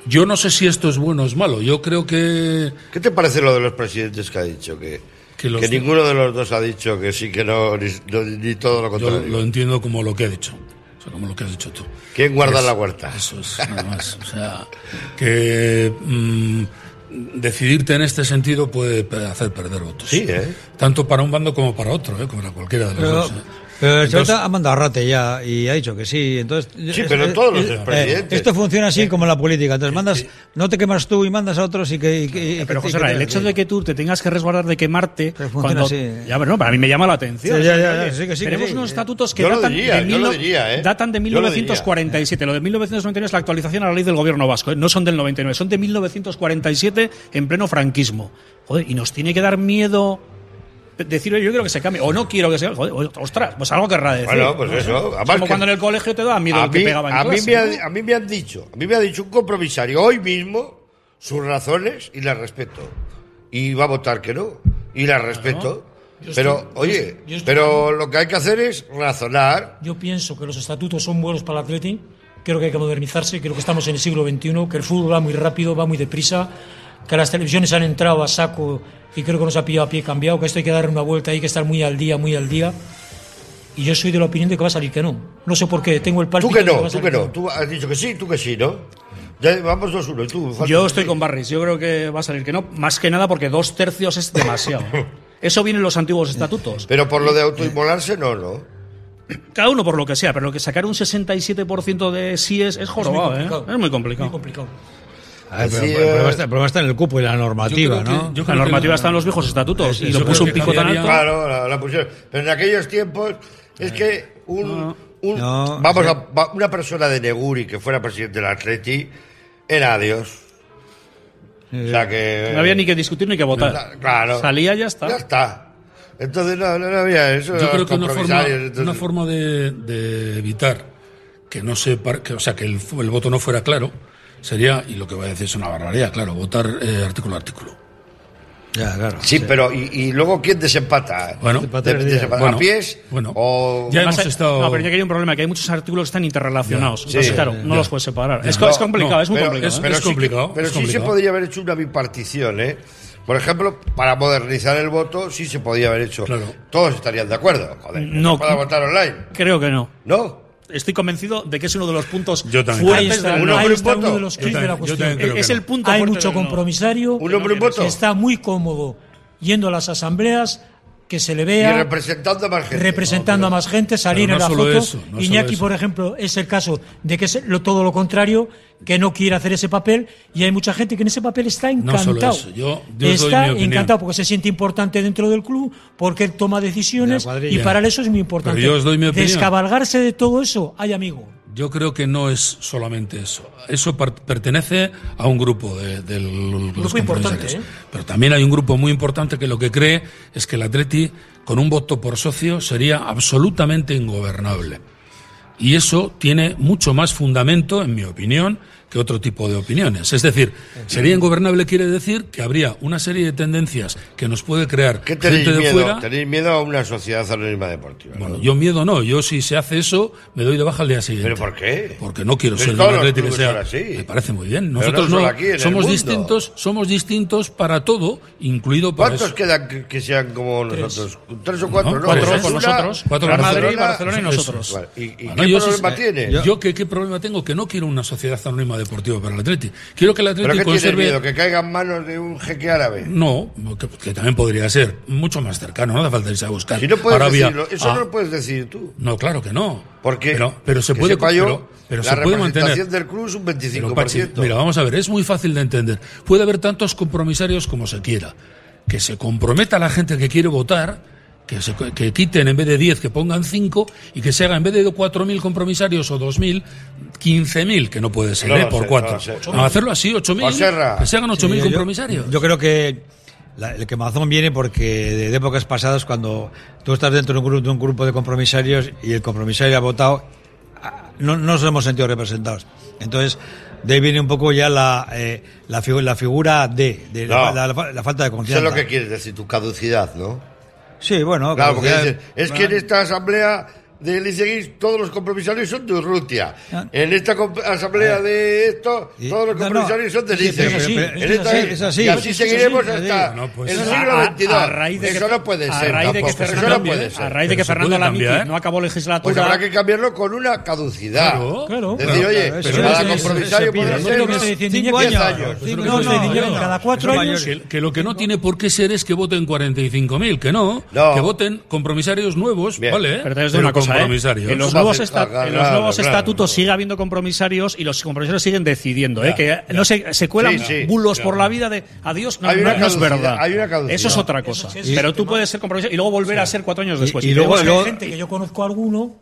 Speaker 5: Yo no sé si esto es bueno o es malo. Yo creo que
Speaker 3: ¿Qué te parece lo de los presidentes que ha dicho? Que,
Speaker 5: Que los-
Speaker 3: que ninguno de los dos ha dicho que sí, que no, ni, no, ni todo lo
Speaker 5: yo
Speaker 3: contrario.
Speaker 5: lo entiendo como lo que he dicho, o sea, como lo que has dicho tú.
Speaker 3: ¿Quién guarda
Speaker 5: Eso-
Speaker 3: la huerta?
Speaker 5: Eso es, nada más. O sea, que mm, decidirte en este sentido puede pe- hacer perder votos.
Speaker 3: Sí, ¿eh?
Speaker 5: Tanto para un bando como para otro, ¿eh? como para cualquiera de los
Speaker 4: Pero,
Speaker 5: dos. ¿eh?
Speaker 4: pero el
Speaker 5: Entonces-
Speaker 4: Chota ha mandado a rate ya y ha dicho que sí. Entonces, eh,
Speaker 5: Sí, pero todos los expresidentes.
Speaker 4: Esto funciona así como en la política. Entonces, mandas, no te quemas tú y mandas a otros y que. y que- y
Speaker 7: Pero
Speaker 4: que-
Speaker 7: José,
Speaker 4: y que-
Speaker 7: el hecho de que tú te tengas que resguardar de quemarte
Speaker 4: funciona
Speaker 7: cuando-
Speaker 4: así.
Speaker 7: ya, pero no, para mí me llama la atención.
Speaker 4: Sí, ya, ya,
Speaker 7: Oye,
Speaker 4: sí, que sí, que
Speaker 7: tenemos
Speaker 4: sí.
Speaker 7: unos estatutos que
Speaker 4: Yo lo
Speaker 7: datan,
Speaker 4: diría, yo
Speaker 7: de
Speaker 4: lo
Speaker 7: mil no-
Speaker 4: diría, ¿eh?
Speaker 7: datan de
Speaker 4: Yo lo diría.
Speaker 3: ¿eh?
Speaker 7: 1947. Lo, de 1999 es la actualización a la ley del gobierno vasco. ¿eh? No son del 99, son de 1947 en pleno franquismo. Joder, y nos tiene que dar miedo decir, oye, yo quiero que se cambie o no quiero que se cambie. Joder, oye, ostras, pues algo querrá decir.
Speaker 3: Bueno, pues
Speaker 7: ¿no?
Speaker 3: eso.
Speaker 7: Es
Speaker 3: Además
Speaker 7: Como
Speaker 3: que-
Speaker 7: cuando en el colegio te da miedo
Speaker 3: a
Speaker 7: el que
Speaker 3: mí,
Speaker 7: pegaba en
Speaker 3: a mí
Speaker 7: clase,
Speaker 3: me ha-
Speaker 7: ¿no?
Speaker 3: a mí me han dicho, a mí me ha dicho un compromisario hoy mismo sus razones y las respeto. Y va a votar que no. Y las respeto.
Speaker 6: Yo estoy-
Speaker 3: Pero,
Speaker 6: yo
Speaker 3: oye,
Speaker 6: estoy- yo estoy-
Speaker 3: pero lo que hay que hacer es razonar.
Speaker 6: Yo pienso que los estatutos son buenos para el Atleti. Creo que hay que modernizarse. Creo que estamos en el siglo XXI, que el fútbol va muy rápido, va muy deprisa, que las televisiones han entrado a saco y creo que nos ha pillado a pie cambiado, que esto hay que darle una vuelta, hay que estar muy al día, muy al día. Y yo soy de la opinión de que va a salir que no. No sé por qué, tengo el
Speaker 3: Tú
Speaker 6: palpito.
Speaker 3: que
Speaker 6: de va
Speaker 3: no,
Speaker 6: a
Speaker 3: tú
Speaker 6: salir
Speaker 3: que no. Tú has dicho que sí, tú que sí, ¿no? Ya vamos dos uno. Y tú, falta-
Speaker 7: Yo estoy con Barris, yo creo que va a salir que no, más que nada porque dos tercios es demasiado. Eso viene en los antiguos estatutos.
Speaker 3: Pero por lo
Speaker 6: eh,
Speaker 3: de autoinmolarse, no, no.
Speaker 7: Cada uno por lo que sea, pero lo que sacar un 67% de sí es, es jorobado, ¿eh?
Speaker 6: complicado.
Speaker 7: Es muy complicado.
Speaker 4: Ah, pero el problema está- el problema está en el cupo y la normativa,
Speaker 7: Yo creo que-
Speaker 4: ¿no?
Speaker 7: yo creo La que normativa la- está en los viejos estatutos y lo
Speaker 4: yo creo
Speaker 7: puso un
Speaker 4: que
Speaker 7: pico tan
Speaker 4: cambiaría-
Speaker 7: alto.
Speaker 3: Claro, la, la pusieron. Pero en aquellos tiempos es que un, un-
Speaker 4: No,
Speaker 3: vamos
Speaker 4: sí.
Speaker 3: a- va- una persona de Neguri que fuera presidente del Atleti era Dios. O sea que
Speaker 7: No había ni que discutir ni que votar.
Speaker 3: Claro, claro.
Speaker 7: Salía y ya está.
Speaker 3: Ya está. Entonces no, no, no había eso.
Speaker 5: Yo creo que una forma,
Speaker 3: compromisarios, entonces-
Speaker 5: una forma de, de evitar que no se par- que, o sea, que el, fu- el voto no fuera claro sería, y lo que voy a decir es una barbaridad, claro, votar eh, artículo a artículo.
Speaker 4: Ya, claro.
Speaker 3: Sí, pero ¿y, y luego quién desempata?
Speaker 5: Bueno.
Speaker 3: De- de- desempata. ¿A
Speaker 5: Bueno.
Speaker 3: pies? o...
Speaker 7: Además, eh, No, pero ya que hay un problema, que hay muchos artículos que están interrelacionados.
Speaker 3: Sí.
Speaker 7: Entonces,
Speaker 3: Sí.
Speaker 7: claro,
Speaker 3: Ya.
Speaker 7: no los puedes separar.
Speaker 3: Ya.
Speaker 7: Es, co- es complicado, es muy
Speaker 3: Pero-
Speaker 7: complicado. ¿eh?
Speaker 3: pero sí que- pero sí se podría haber hecho una bipartición, ¿eh? Por ejemplo, para modernizar el voto, sí se podía haber hecho. Todos estarían de acuerdo. Joder, pues
Speaker 7: No.
Speaker 3: no. Para votar online.
Speaker 7: Creo que no.
Speaker 3: ¿No?
Speaker 7: Estoy convencido de que es uno de los puntos
Speaker 3: Yo también creo.
Speaker 7: fuertes
Speaker 3: Ahí está,
Speaker 7: del
Speaker 3: uno
Speaker 7: no.
Speaker 3: por un voto.
Speaker 6: uno de los
Speaker 7: Yo
Speaker 6: quis de la
Speaker 7: también- yo también
Speaker 6: cuestión.
Speaker 7: creo que Es no. el punto
Speaker 6: Hay
Speaker 7: fuerte
Speaker 6: mucho
Speaker 7: del no.
Speaker 6: compromisario.
Speaker 7: Un hombre, un voto.
Speaker 6: que Está muy cómodo yendo a las asambleas, que se le vea.
Speaker 3: Y representando a más gente.
Speaker 6: representando a más gente, salir
Speaker 3: Pero no
Speaker 6: en la
Speaker 3: solo
Speaker 6: foto.
Speaker 3: eso, no solo
Speaker 6: Iñaki,
Speaker 3: eso.
Speaker 6: por ejemplo, es el caso de que es lo- todo lo contrario, que no quiere hacer ese papel y hay mucha gente que en ese papel está
Speaker 5: No solo
Speaker 6: encantado.
Speaker 5: eso, yo- yo os doy mi
Speaker 6: está
Speaker 5: opinión.
Speaker 6: encantado porque se siente importante dentro del club, porque él toma decisiones
Speaker 5: De la cuadrilla.
Speaker 6: y para él eso es muy importante.
Speaker 5: Pero yo os doy mi opinión.
Speaker 6: Descabalgarse de todo eso, hay amigo.
Speaker 5: Yo creo que no es solamente eso. Eso par- pertenece a un grupo de, de los
Speaker 6: Grupo importante,
Speaker 5: compromisarios.
Speaker 6: ¿eh?
Speaker 5: Pero también hay un grupo muy importante que lo que cree es que el Atleti, con un voto por socio, sería absolutamente ingobernable. Y eso tiene mucho más fundamento, en mi opinión, que otro tipo de opiniones. Es decir, sería ingobernable quiere decir que habría una serie de tendencias que nos puede crear
Speaker 3: ¿Qué
Speaker 5: gente
Speaker 3: tenéis
Speaker 5: de
Speaker 3: miedo?
Speaker 5: fuera.
Speaker 3: Tenéis miedo a una sociedad anónima deportiva.
Speaker 5: Bueno, yo miedo no, yo si se hace eso me doy de baja al día siguiente.
Speaker 3: ¿Pero por qué?
Speaker 5: Porque no quiero
Speaker 3: Pues
Speaker 5: ser de
Speaker 3: todos
Speaker 5: un
Speaker 3: los
Speaker 5: Atleti que
Speaker 3: clubes
Speaker 5: sea.
Speaker 3: son así.
Speaker 5: Me parece muy bien.
Speaker 3: Pero
Speaker 5: Nosotros
Speaker 3: no
Speaker 5: no,
Speaker 3: solo aquí, en el
Speaker 5: somos
Speaker 3: mundo.
Speaker 5: distintos, somos distintos para todo, incluido para
Speaker 3: ¿Cuántos
Speaker 5: eso.
Speaker 3: quedan que, que sean como nosotros? Tres o cuatro,
Speaker 5: No,
Speaker 3: ¿no?
Speaker 5: cuatro
Speaker 3: Una,
Speaker 5: con nosotros, cuatro
Speaker 3: Real
Speaker 5: con
Speaker 3: Madrid,
Speaker 5: nosotros.
Speaker 3: Barcelona y
Speaker 5: Eso.
Speaker 3: nosotros. Vale, ¿Y, y
Speaker 5: Bueno,
Speaker 3: qué
Speaker 5: yo sí-
Speaker 3: problema
Speaker 5: eh,
Speaker 3: tiene?
Speaker 5: Yo que, qué problema tengo que no quiero una sociedad anónima deportiva para el Atleti. Quiero que el
Speaker 3: ¿Pero
Speaker 5: Atleti
Speaker 3: qué tienes
Speaker 5: conserve
Speaker 3: miedo? ¿Que caiga en manos de un jeque árabe?
Speaker 5: no, que, que también podría ser mucho más cercano, no hace falta irse a buscar.
Speaker 3: Si no puedes
Speaker 5: Arabia, Ah.
Speaker 3: decirlo, eso
Speaker 5: a-
Speaker 3: no lo puedes decir tú.
Speaker 5: no, claro que no.
Speaker 3: Porque
Speaker 5: Pero, pero se
Speaker 3: que
Speaker 5: puede
Speaker 3: sepa yo,
Speaker 5: pero, pero
Speaker 3: la
Speaker 5: se puede mantener.
Speaker 3: representación del club es un 25%.
Speaker 5: Pero, Pachi, mira, vamos a ver, es muy fácil de entender. Puede haber tantos compromisarios como se quiera. Que se comprometa la gente que quiere votar, que, se- que quiten en vez de 10, que pongan 5 y que se haga en vez de 4.000 compromisarios o 2.000, 15.000, que no puede ser,
Speaker 4: No
Speaker 5: ¿eh?
Speaker 4: lo sé,
Speaker 5: por
Speaker 4: no
Speaker 5: 4.
Speaker 4: lo sé.
Speaker 5: hacerlo así, 8.000, que se hagan 8.000
Speaker 4: Sí, yo-
Speaker 5: compromisarios.
Speaker 4: Yo, creo que la- el quemazón viene porque de, de épocas pasadas, cuando tú estás dentro de un, grupo, de un grupo de compromisarios y el compromisario ha votado, ah, no, no nos hemos sentido representados. Entonces, de ahí viene un poco ya la, eh, la, figu- la figura de, de la,
Speaker 3: No.
Speaker 4: la- la- la falta de
Speaker 3: Eso es
Speaker 4: confianza.
Speaker 3: lo que quieres decir, tu caducidad, ¿no?
Speaker 4: Sí, bueno,
Speaker 3: Claro, Ah, porque
Speaker 4: caducidad-
Speaker 3: dices, es que en esta asamblea de Liceguís todos los compromisarios son de Urrutia.
Speaker 7: Ah.
Speaker 3: En esta comp- asamblea de esto todos los
Speaker 4: No, no.
Speaker 3: compromisarios son de
Speaker 4: Sí, pero-
Speaker 3: Liceguís.
Speaker 4: pero-
Speaker 3: En
Speaker 4: pero-
Speaker 3: esta-
Speaker 4: sí, es así.
Speaker 3: Y así
Speaker 4: Sí, sí,
Speaker 3: seguiremos
Speaker 4: sí, sí,
Speaker 3: hasta
Speaker 4: sí. No, pues-
Speaker 3: el
Speaker 7: A-
Speaker 3: siglo
Speaker 7: a-
Speaker 3: XXII.
Speaker 7: a raíz de que-
Speaker 3: eso no puede
Speaker 7: a
Speaker 3: ser
Speaker 7: raíz de que
Speaker 3: tampoco,
Speaker 7: Fernando
Speaker 3: Eso no
Speaker 7: cambie,
Speaker 3: puede
Speaker 7: ¿eh?
Speaker 3: ser.
Speaker 7: A raíz de que Pero se Fernando puede Lamiti
Speaker 6: ¿eh?
Speaker 7: cambiar. no acabó legislatura.
Speaker 3: Pues habrá que cambiarlo con una caducidad.
Speaker 5: Claro,
Speaker 6: claro.
Speaker 3: Decir,
Speaker 6: Claro,
Speaker 3: oye,
Speaker 6: claro, eso
Speaker 3: cada
Speaker 6: es-
Speaker 3: compromisario
Speaker 6: eso es-
Speaker 3: puede
Speaker 6: eso es
Speaker 3: ser
Speaker 6: lo que está
Speaker 3: unos
Speaker 6: diciendo
Speaker 3: 10
Speaker 6: Iñaki ahora.
Speaker 3: años.
Speaker 6: Eso es lo que No, está no, diciendo Iñaki. no, cada cuatro
Speaker 5: Eso
Speaker 6: años-
Speaker 5: Que, que lo que no tiene por qué ser es que voten 45.000, que no, que voten compromisarios nuevos, ¿vale?
Speaker 7: Pero te voy a decir una cosa, ¿eh?
Speaker 5: compromisarios.
Speaker 7: En los nuevos, esta- en los nuevos estatutos sigue habiendo compromisarios y los compromisarios siguen decidiendo, ¿eh?
Speaker 5: Ya,
Speaker 7: Que
Speaker 5: ya.
Speaker 7: no se, se cuelan
Speaker 5: Sí, sí,
Speaker 7: bulos
Speaker 5: ya.
Speaker 7: por la vida de adiós, no,
Speaker 5: Hay
Speaker 7: no-
Speaker 5: una
Speaker 7: no es
Speaker 5: caducidad,
Speaker 7: verdad.
Speaker 5: hay una caducidad.
Speaker 7: Eso es otra cosa.
Speaker 6: Eso sí es
Speaker 7: pero
Speaker 6: un
Speaker 7: tú puedes ser compromisario y luego volver a ser cuatro años después.
Speaker 6: Y,
Speaker 7: te
Speaker 6: luego,
Speaker 7: vas a-
Speaker 6: hay gente que yo conozco alguno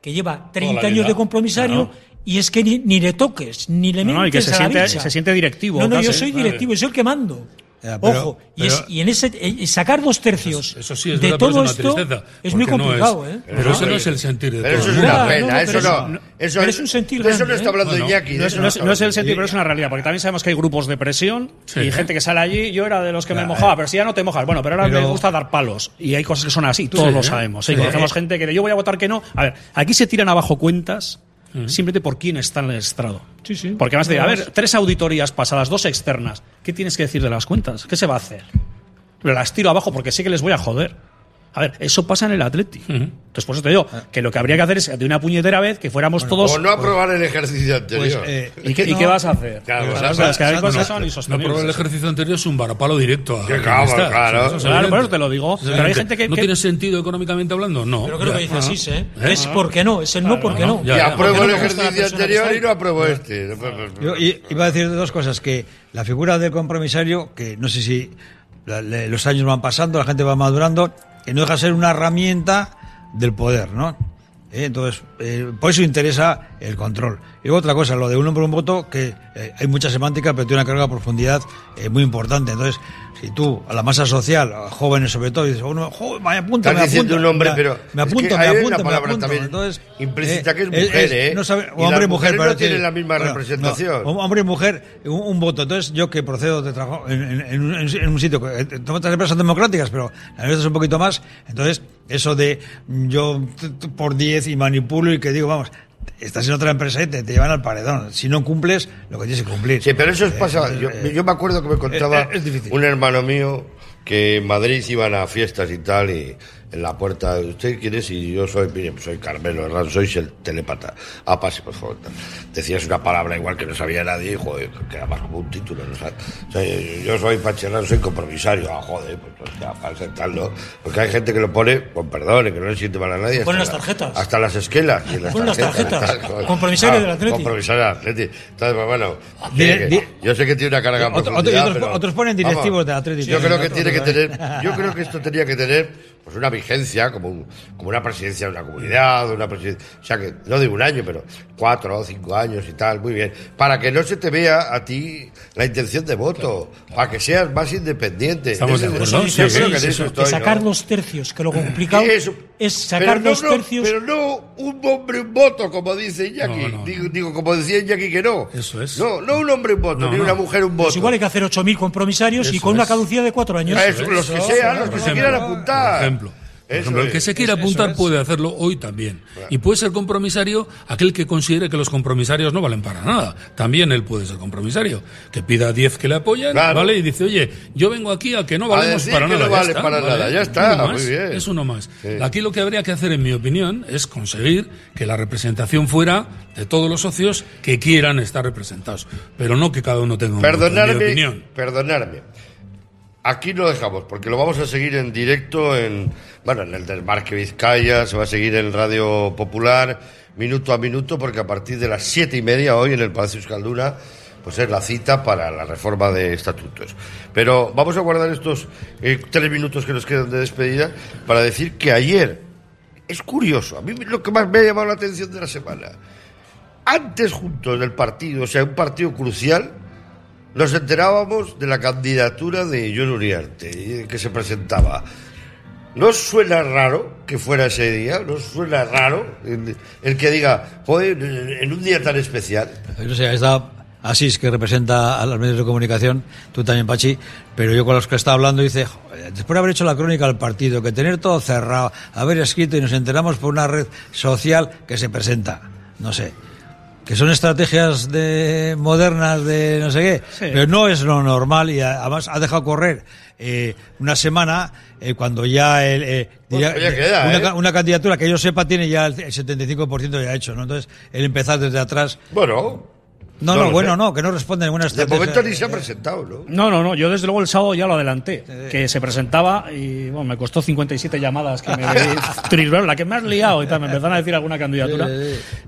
Speaker 6: que lleva 30
Speaker 7: vida.
Speaker 6: años de compromisario y es que ni, ni le toques, ni le
Speaker 7: No,
Speaker 6: mientes
Speaker 7: no, y que se
Speaker 6: a la
Speaker 7: siente-
Speaker 6: bicha.
Speaker 7: se siente directivo,
Speaker 6: No, no, yo
Speaker 7: casi.
Speaker 6: soy directivo, yo soy el que mando.
Speaker 4: Ya, pero-
Speaker 6: Ojo, y,
Speaker 4: pero-
Speaker 6: es- y en ese eh, sacar dos tercios
Speaker 5: Sí, es
Speaker 6: de
Speaker 5: verdad, pero
Speaker 6: todo
Speaker 5: es una
Speaker 6: esto
Speaker 5: tristeza,
Speaker 6: es muy
Speaker 5: porque no
Speaker 6: complicado, ¿eh?
Speaker 5: Pero ese no es el sentir de
Speaker 3: Pero
Speaker 5: todo
Speaker 3: eso es
Speaker 5: el mundo. Eh,
Speaker 3: una pena, eso no. Eso
Speaker 7: pero
Speaker 3: es un sentir De eso no
Speaker 7: grande,
Speaker 3: está
Speaker 7: ¿eh?
Speaker 3: hablando
Speaker 7: Bueno,
Speaker 3: Iñaki. de
Speaker 7: No es,
Speaker 3: eso
Speaker 7: no es-
Speaker 3: está
Speaker 7: no es el
Speaker 3: hablando
Speaker 7: sentido,
Speaker 3: Iñaki.
Speaker 7: pero es una realidad, porque también sabemos que hay grupos de presión
Speaker 3: Sí.
Speaker 7: y gente que sale allí. Yo era de los que me
Speaker 4: Ya,
Speaker 7: mojaba, pero si ya no te mojas. Bueno, pero ahora
Speaker 4: Pero-
Speaker 7: me gusta dar palos. Y hay cosas que son así, todos
Speaker 4: Sí,
Speaker 7: lo
Speaker 4: ¿eh?
Speaker 7: sabemos. Sí,
Speaker 4: Sí.
Speaker 7: Conocemos gente que de, yo voy a votar que no. A ver, aquí se tiran abajo cuentas simplemente por quién está en el estrado.
Speaker 6: Sí, sí.
Speaker 7: Porque además de, a
Speaker 6: Además,
Speaker 7: ver, tres auditorías pasadas, dos externas, ¿qué tienes que decir de las cuentas? ¿Qué se va a hacer? Pero las tiro abajo porque sé que les voy a joder. A ver, eso pasa en el Atleti. Entonces, por eso te digo que lo que habría que hacer es de una puñetera vez que fuéramos todos.
Speaker 3: O Ah. pues no aprobar el ejercicio anterior.
Speaker 7: Pues, eh, ¿y, qué, y qué vas a hacer?
Speaker 3: Claro,
Speaker 7: Pues,
Speaker 3: vas a
Speaker 7: o sea, es que hay
Speaker 3: hacer-
Speaker 7: cosas que
Speaker 3: no,
Speaker 7: son
Speaker 3: no,
Speaker 7: insostenibles.
Speaker 5: No, pero el ejercicio anterior es un varapalo directo. a
Speaker 3: Que
Speaker 5: quien
Speaker 3: claro,
Speaker 5: está.
Speaker 3: claro.
Speaker 5: O sea, eso es
Speaker 7: Claro,
Speaker 5: evidente.
Speaker 7: por eso te lo
Speaker 5: Eso
Speaker 7: digo.
Speaker 5: es
Speaker 7: Pero hay
Speaker 5: evidente.
Speaker 7: gente que-
Speaker 5: ¿No
Speaker 7: que-
Speaker 5: tiene sentido económicamente hablando? No.
Speaker 6: Pero creo
Speaker 5: Ya,
Speaker 6: que dice
Speaker 5: bueno.
Speaker 6: así, ¿eh?
Speaker 5: ¿Eh?
Speaker 6: Es porque no, es el no porque no.
Speaker 3: Y apruebo el
Speaker 4: no me gusta la
Speaker 3: ejercicio
Speaker 4: persona
Speaker 3: anterior
Speaker 4: que
Speaker 3: y no apruebo
Speaker 4: Ya.
Speaker 3: este.
Speaker 4: Yo i- iba a decir dos cosas, que la figura del compromisario, que no sé si la- le- los años van pasando, la gente va madurando, que no deja de ser una herramienta del poder, ¿no? Eh, Entonces, eh, por eso interesa el control. Y otra cosa, lo de un hombre un voto, que eh, hay mucha semántica, pero tiene una carga de profundidad eh, muy importante. Entonces, si tú, a la masa social, a jóvenes sobre todo, dices, uno, jo, me apunto,
Speaker 3: Estás
Speaker 4: me
Speaker 3: diciendo
Speaker 4: apunto,
Speaker 3: un hombre,
Speaker 4: me-
Speaker 3: pero
Speaker 4: me
Speaker 3: es que
Speaker 4: apunto,
Speaker 3: ahí hay
Speaker 4: me
Speaker 3: una
Speaker 4: apunto, me
Speaker 3: palabra
Speaker 4: apunto.
Speaker 3: también
Speaker 4: Entonces,
Speaker 3: implícita que es
Speaker 4: es-
Speaker 3: mujer, ¿eh?
Speaker 4: no sabe-
Speaker 3: Y
Speaker 4: o hombre
Speaker 3: las
Speaker 4: y mujer,
Speaker 3: mujeres
Speaker 4: pero
Speaker 3: no tienen
Speaker 4: tiene-
Speaker 3: la misma
Speaker 4: bueno,
Speaker 3: representación.
Speaker 4: no, hom- hombre y mujer, un, un voto. Entonces, yo que procedo de trabajo en, en- en un- en un sitio, que eh, todas las empresas son democráticas, pero la veces es un poquito más. Entonces, eso de mm, yo t- t- por 10 y manipulo y que digo, vamos, estás en otra empresa y te, te llevan al paredón. Si no cumples, lo que tienes que cumplir.
Speaker 3: Sí, pero eso es
Speaker 4: Eh,
Speaker 3: pasa.
Speaker 4: eh,
Speaker 3: Yo, yo me acuerdo que me contaba
Speaker 4: eh, es difícil.
Speaker 3: un hermano mío que en Madrid iban a fiestas y tal y en la puerta, ¿usted quién es? Y yo soy, mire, pues soy Carmelo Herrán, soy el telepata. Ah, pase, por favor. Decías una palabra igual que no sabía nadie y, joder, que era más como un título. ¿no? sabes? O sea, yo- yo soy Pacherrán, soy compromisario. Ah, joder, pues o sea, para sentarlo. Porque hay gente que lo pone, con perdón, y que no le siente mal a nadie.
Speaker 6: Ponen
Speaker 3: hasta
Speaker 6: las
Speaker 3: la-
Speaker 6: tarjetas.
Speaker 3: Hasta las esquelas. y las
Speaker 6: Ponen las tarjetas.
Speaker 3: tal, joder.
Speaker 6: Compromisario del Atleti.
Speaker 3: Compromisario del Atleti. Entonces, pues, bueno,
Speaker 4: Di-
Speaker 3: tiene que-
Speaker 4: di-
Speaker 3: yo sé que tiene una carga
Speaker 4: Otro-
Speaker 3: profunda,
Speaker 4: otros-
Speaker 3: pero-
Speaker 4: otros ponen directivos
Speaker 3: vamos,
Speaker 4: de Atlético.
Speaker 3: Yo creo que
Speaker 4: Otros
Speaker 3: tiene que
Speaker 4: también.
Speaker 3: tener, yo creo que esto tenía que tener pues una vigencia como un- como una presidencia de una comunidad, una presidencia, o sea que no de un año, pero cuatro o cinco años y tal, muy bien, para que no se te vea a ti la intención de voto, para que seas más independiente.
Speaker 5: Estamos de
Speaker 3: Eso-
Speaker 5: acuerdo,
Speaker 3: yo
Speaker 5: sí,
Speaker 3: creo
Speaker 5: sí,
Speaker 3: que en
Speaker 5: sí,
Speaker 3: eso
Speaker 5: sí.
Speaker 3: estoy,
Speaker 6: de
Speaker 3: ¿no?
Speaker 6: sacar los tercios, que lo complicado es sacar
Speaker 3: Pero no,
Speaker 6: los
Speaker 3: no,
Speaker 6: tercios.
Speaker 3: Pero no un hombre un voto, como dice Iñaki. Digo, digo, como decía Iñaki que no. Eso es. No, no un hombre un voto, ni una mujer un voto.
Speaker 6: Pues igual hay que hacer 8.000 compromisarios y
Speaker 3: Eso
Speaker 6: con
Speaker 3: Ah,
Speaker 6: una
Speaker 3: es.
Speaker 6: caducidad de cuatro años.
Speaker 3: Eso, los que sean, los que se quieran
Speaker 5: Por
Speaker 3: apuntar.
Speaker 5: ejemplo. Por
Speaker 3: Eso
Speaker 5: ejemplo, el que
Speaker 3: es.
Speaker 5: se quiera
Speaker 3: Eso
Speaker 5: apuntar
Speaker 3: es.
Speaker 5: puede hacerlo hoy también. Y puede ser compromisario aquel que considere que los compromisarios no valen para nada. También él puede ser compromisario. Que pida 10 que le apoyen,
Speaker 3: Claro.
Speaker 5: ¿vale? Y dice, oye, yo vengo aquí a que no
Speaker 3: A
Speaker 5: valemos
Speaker 3: decir
Speaker 5: para
Speaker 3: que
Speaker 5: nada.
Speaker 3: no
Speaker 5: Ya
Speaker 3: vale
Speaker 5: está,
Speaker 3: para
Speaker 5: ¿vale?
Speaker 3: nada, ya está,
Speaker 5: Uno más,
Speaker 3: muy bien.
Speaker 5: Es uno más.
Speaker 3: Sí.
Speaker 5: Aquí lo que habría que hacer, en mi opinión, es conseguir que la representación fuera de todos los socios que quieran estar representados. Pero no que cada uno tenga un voto, en mi opinión.
Speaker 3: Perdonarme, perdonarme. Aquí lo dejamos, porque lo vamos a seguir en directo en, bueno, en el Desmarque Vizcaya, se va a seguir en Radio Popular, minuto a minuto, porque a partir de las siete y media hoy en el Palacio Euskalduna, pues es la cita para la reforma de estatutos. Pero vamos a guardar estos eh, tres minutos que nos quedan de despedida para decir que ayer, es curioso, a mí lo que más me ha llamado la atención de la semana, antes juntos del partido, o sea, un partido crucial, nos enterábamos de la candidatura de John Uriarte, eh, que se presentaba. ¿No os suena raro que fuera ese día? ¿No os suena raro el, el que diga, joder, en un día tan especial?
Speaker 4: Yo sé, está Asís, que representa a los medios de comunicación, tú también, Pachi, pero yo con los que está hablando dice, "Joder, después de haber hecho la crónica al partido, que tener todo cerrado, haber escrito y nos enteramos por una red social que se presenta, no sé. Que son estrategias de modernas de no sé qué,
Speaker 7: Sí.
Speaker 4: pero no es lo normal y a- además ha dejado correr eh, una semana eh, cuando ya, el, eh,
Speaker 3: Bueno,
Speaker 4: diría-
Speaker 3: ya queda,
Speaker 4: una,
Speaker 3: ¿eh?
Speaker 4: ca- una candidatura que yo sepa tiene ya el 75% ya hecho, ¿no? Entonces, el empezar desde atrás.
Speaker 3: Bueno.
Speaker 4: No,
Speaker 3: no
Speaker 4: no,
Speaker 3: lo
Speaker 4: bueno,
Speaker 3: sé.
Speaker 4: no, que no responde a ninguna
Speaker 3: De
Speaker 4: estrategia.
Speaker 3: momento ni se
Speaker 6: ¿eh?
Speaker 3: ha presentado, ¿no?
Speaker 7: No, no, no. Yo desde luego el sábado ya lo adelanté. Que se presentaba y bueno, me costó 57 llamadas que me trisbero, la que me has liado y tal. Me empezaron a decir alguna candidatura.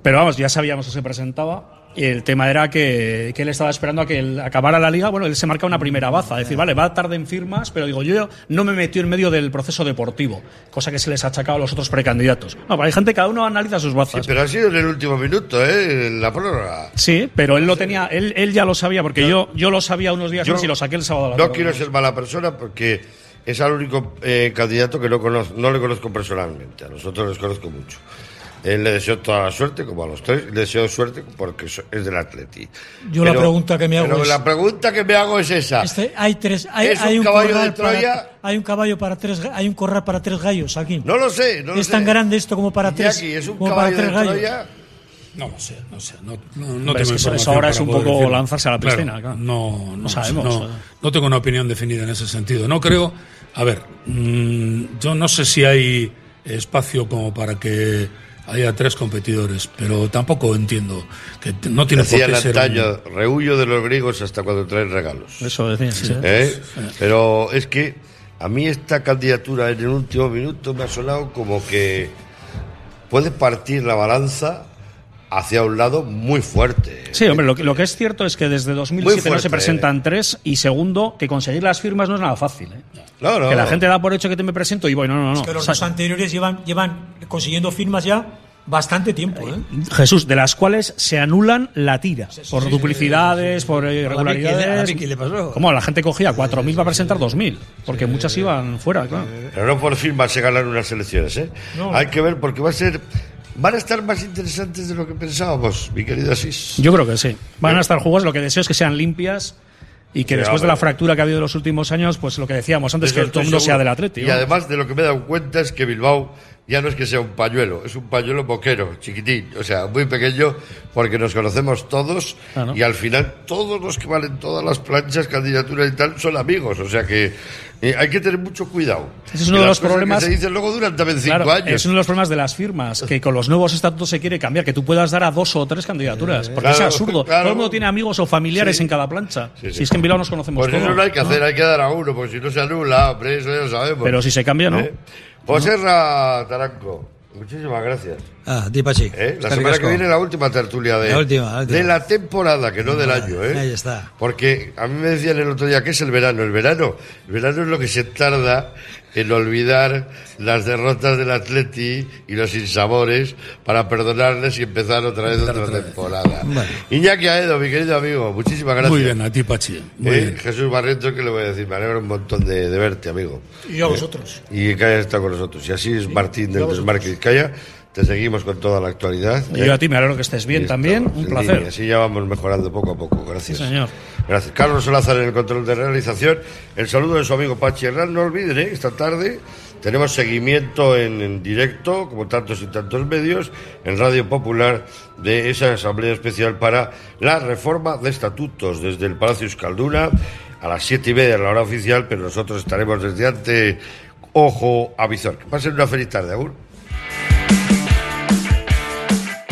Speaker 7: Pero vamos, ya sabíamos que se presentaba. Y el tema era que, que él estaba esperando a que él acabara la liga. Bueno, él se marca una primera baza. Es decir, vale, va tarde en firmas, pero digo, yo no me metí en medio del proceso deportivo, cosa que se les achacaba a los otros precandidatos. No, pero hay gente, cada uno analiza sus bazas.
Speaker 3: Sí, pero ha sido en el último minuto, ¿eh? En la prórroga.
Speaker 7: Sí, pero él lo tenía, él, él ya lo sabía, porque yo, yo lo sabía unos días
Speaker 3: Yo
Speaker 7: antes y lo saqué el sábado a la
Speaker 3: No
Speaker 7: tarde.
Speaker 3: quiero ser mala persona porque es al único eh, candidato que no, conozco, no le conozco personalmente. A nosotros les conozco mucho. Eh, le deseo toda la suerte, como a los tres. Le deseo suerte porque so- es del Atleti.
Speaker 6: Yo la pregunta que me hago
Speaker 3: pero
Speaker 6: es-
Speaker 3: La pregunta que me hago es esa.
Speaker 6: Este, hay tres, hay,
Speaker 3: Es un
Speaker 6: hay un
Speaker 3: caballo
Speaker 6: corral
Speaker 3: de Troya.
Speaker 6: Para, hay un caballo para tres, ga- hay un corral para tres gallos aquí.
Speaker 3: No lo sé, no lo
Speaker 6: Es
Speaker 3: sé.
Speaker 6: tan grande esto como para tres,
Speaker 3: Iñaki, es un
Speaker 6: como para
Speaker 3: caballo de
Speaker 6: tres gallos.
Speaker 3: Troya.
Speaker 5: No lo sé, no sé. No, no, no
Speaker 7: Hombre, es
Speaker 5: tengo
Speaker 7: que eso-
Speaker 5: información
Speaker 7: eso ahora
Speaker 5: para
Speaker 7: es un
Speaker 5: poder
Speaker 7: poco
Speaker 5: decirlo.
Speaker 7: lanzarse a la
Speaker 5: Claro,
Speaker 7: piscina, claro.
Speaker 5: No, no,
Speaker 7: No
Speaker 5: sé,
Speaker 7: sabemos, eh.
Speaker 5: no-
Speaker 7: ¿sabes?
Speaker 5: no tengo una opinión definida en ese sentido. No creo. A ver, mm, yo no sé si hay espacio como para que haya tres competidores, pero tampoco entiendo que t- no tiene
Speaker 3: Decía
Speaker 5: por qué ser. un-
Speaker 3: Lantaño, rehuyo de los griegos hasta cuando traen regalos.
Speaker 7: Eso decía, sí.
Speaker 3: ¿Eh? Pero es que a mí esta candidatura en el último minuto me ha sonado como que puede partir la balanza hacia un lado muy fuerte.
Speaker 7: Sí, hombre, lo, que- lo que es cierto es que desde 2007
Speaker 3: Muy
Speaker 7: no se
Speaker 3: fuerte,
Speaker 7: presentan tres y segundo, que conseguir las firmas no es nada fácil. ¿eh?
Speaker 3: No, no.
Speaker 7: Que la gente da por hecho que te me presento y voy, no, no, no.
Speaker 6: Que los
Speaker 7: O sea,
Speaker 6: dos anteriores llevan, llevan consiguiendo firmas ya Bastante tiempo, ¿eh?
Speaker 7: Jesús, de las cuales se anulan la tira por duplicidades, por irregularidades.
Speaker 4: A la Vicky le pasó.
Speaker 7: ¿Cómo? La gente cogía 4.000 para presentar 2.000, porque muchas iban fuera, claro.
Speaker 3: ¿eh? Pero no por fin vas a ganar unas elecciones, ¿eh?
Speaker 7: No.
Speaker 3: Hay que ver porque va a ser... Van a estar más interesantes de lo que pensábamos, mi querido Asís.
Speaker 7: Yo creo que sí. Van a estar jugadas, lo que deseo es que sean limpias y que
Speaker 3: Sí,
Speaker 7: después de
Speaker 3: hombre.
Speaker 7: la fractura que ha habido en los últimos años, pues lo que decíamos antes,
Speaker 3: Eso
Speaker 7: que el
Speaker 3: estoy
Speaker 7: todo mundo sea
Speaker 3: seguro.
Speaker 7: del Atlético.
Speaker 3: Y además de lo que me he dado cuenta es que Bilbao ya no es que sea un pañuelo, es un pañuelo boquero, chiquitín, o sea, muy pequeño, porque nos conocemos todos
Speaker 7: Ah, ¿no?
Speaker 3: y al final todos los que valen todas las planchas, candidaturas y tal son amigos, o sea que eh, hay que tener mucho cuidado.
Speaker 7: Ese es
Speaker 3: Que
Speaker 7: uno de
Speaker 3: las cosas
Speaker 7: los
Speaker 3: que
Speaker 7: problemas.
Speaker 3: se dicen luego duran también cinco
Speaker 7: Claro,
Speaker 3: años.
Speaker 7: Es uno de los problemas de las firmas, que con los nuevos estatutos se quiere cambiar, que tú puedas dar a dos o tres candidaturas, porque
Speaker 3: Claro,
Speaker 7: es absurdo.
Speaker 3: claro.
Speaker 7: Todo el mundo tiene amigos o familiares
Speaker 3: Sí.
Speaker 7: en cada plancha.
Speaker 3: Sí, sí.
Speaker 7: Si es que en Bilbao nos conocemos
Speaker 3: Pues eso
Speaker 7: todos,
Speaker 3: no hay que
Speaker 7: ¿no?
Speaker 3: hacer, hay que dar a uno, porque si no se anula, hombre, eso ya lo sabemos.
Speaker 7: Pero si se cambia, ¿no?
Speaker 3: ¿Eh? Joserra Taranco, muchísimas gracias.
Speaker 4: Ah, tipo así.
Speaker 3: ¿Eh? La semana que viene la última tertulia de,
Speaker 4: La última, la última.
Speaker 3: de la temporada, que no del
Speaker 4: Vale,
Speaker 3: año. ¿eh?
Speaker 4: ahí está.
Speaker 3: Porque a mí me decían el otro día, ¿qué es el verano? El verano, el verano es lo que se tarda en olvidar las derrotas del Atleti y los insabores para perdonarles y empezar otra vez otra, temporada. Iñaki Aedo, mi querido amigo, muchísimas gracias.
Speaker 5: Muy bien, a ti, Pachi. Muy
Speaker 3: Eh,
Speaker 5: bien.
Speaker 3: Jesús Barrientos, que le voy a decir? Me alegro un montón de, de verte, amigo. Eh,
Speaker 6: Y a vosotros.
Speaker 3: Y que hayas estado con nosotros. Y así es Martín del Desmarque Vizcaya. Te seguimos con toda la actualidad. ¿eh?
Speaker 7: Y yo a ti me alegro que estés bien también. Un placer.
Speaker 3: Y así ya vamos mejorando poco a poco. Gracias.
Speaker 7: Sí, señor.
Speaker 3: Gracias. Carlos Solázar en el control de realización. El saludo de su amigo Pachi Herrán. No olviden, ¿eh? esta tarde tenemos seguimiento en, en directo, como tantos y tantos medios, en Radio Popular de esa Asamblea Especial para la Reforma de Estatutos desde el Palacio Escalduna a las siete y media de la hora oficial, pero nosotros estaremos desde antes. Ojo, avizor. Que pasen una feliz tarde, aún.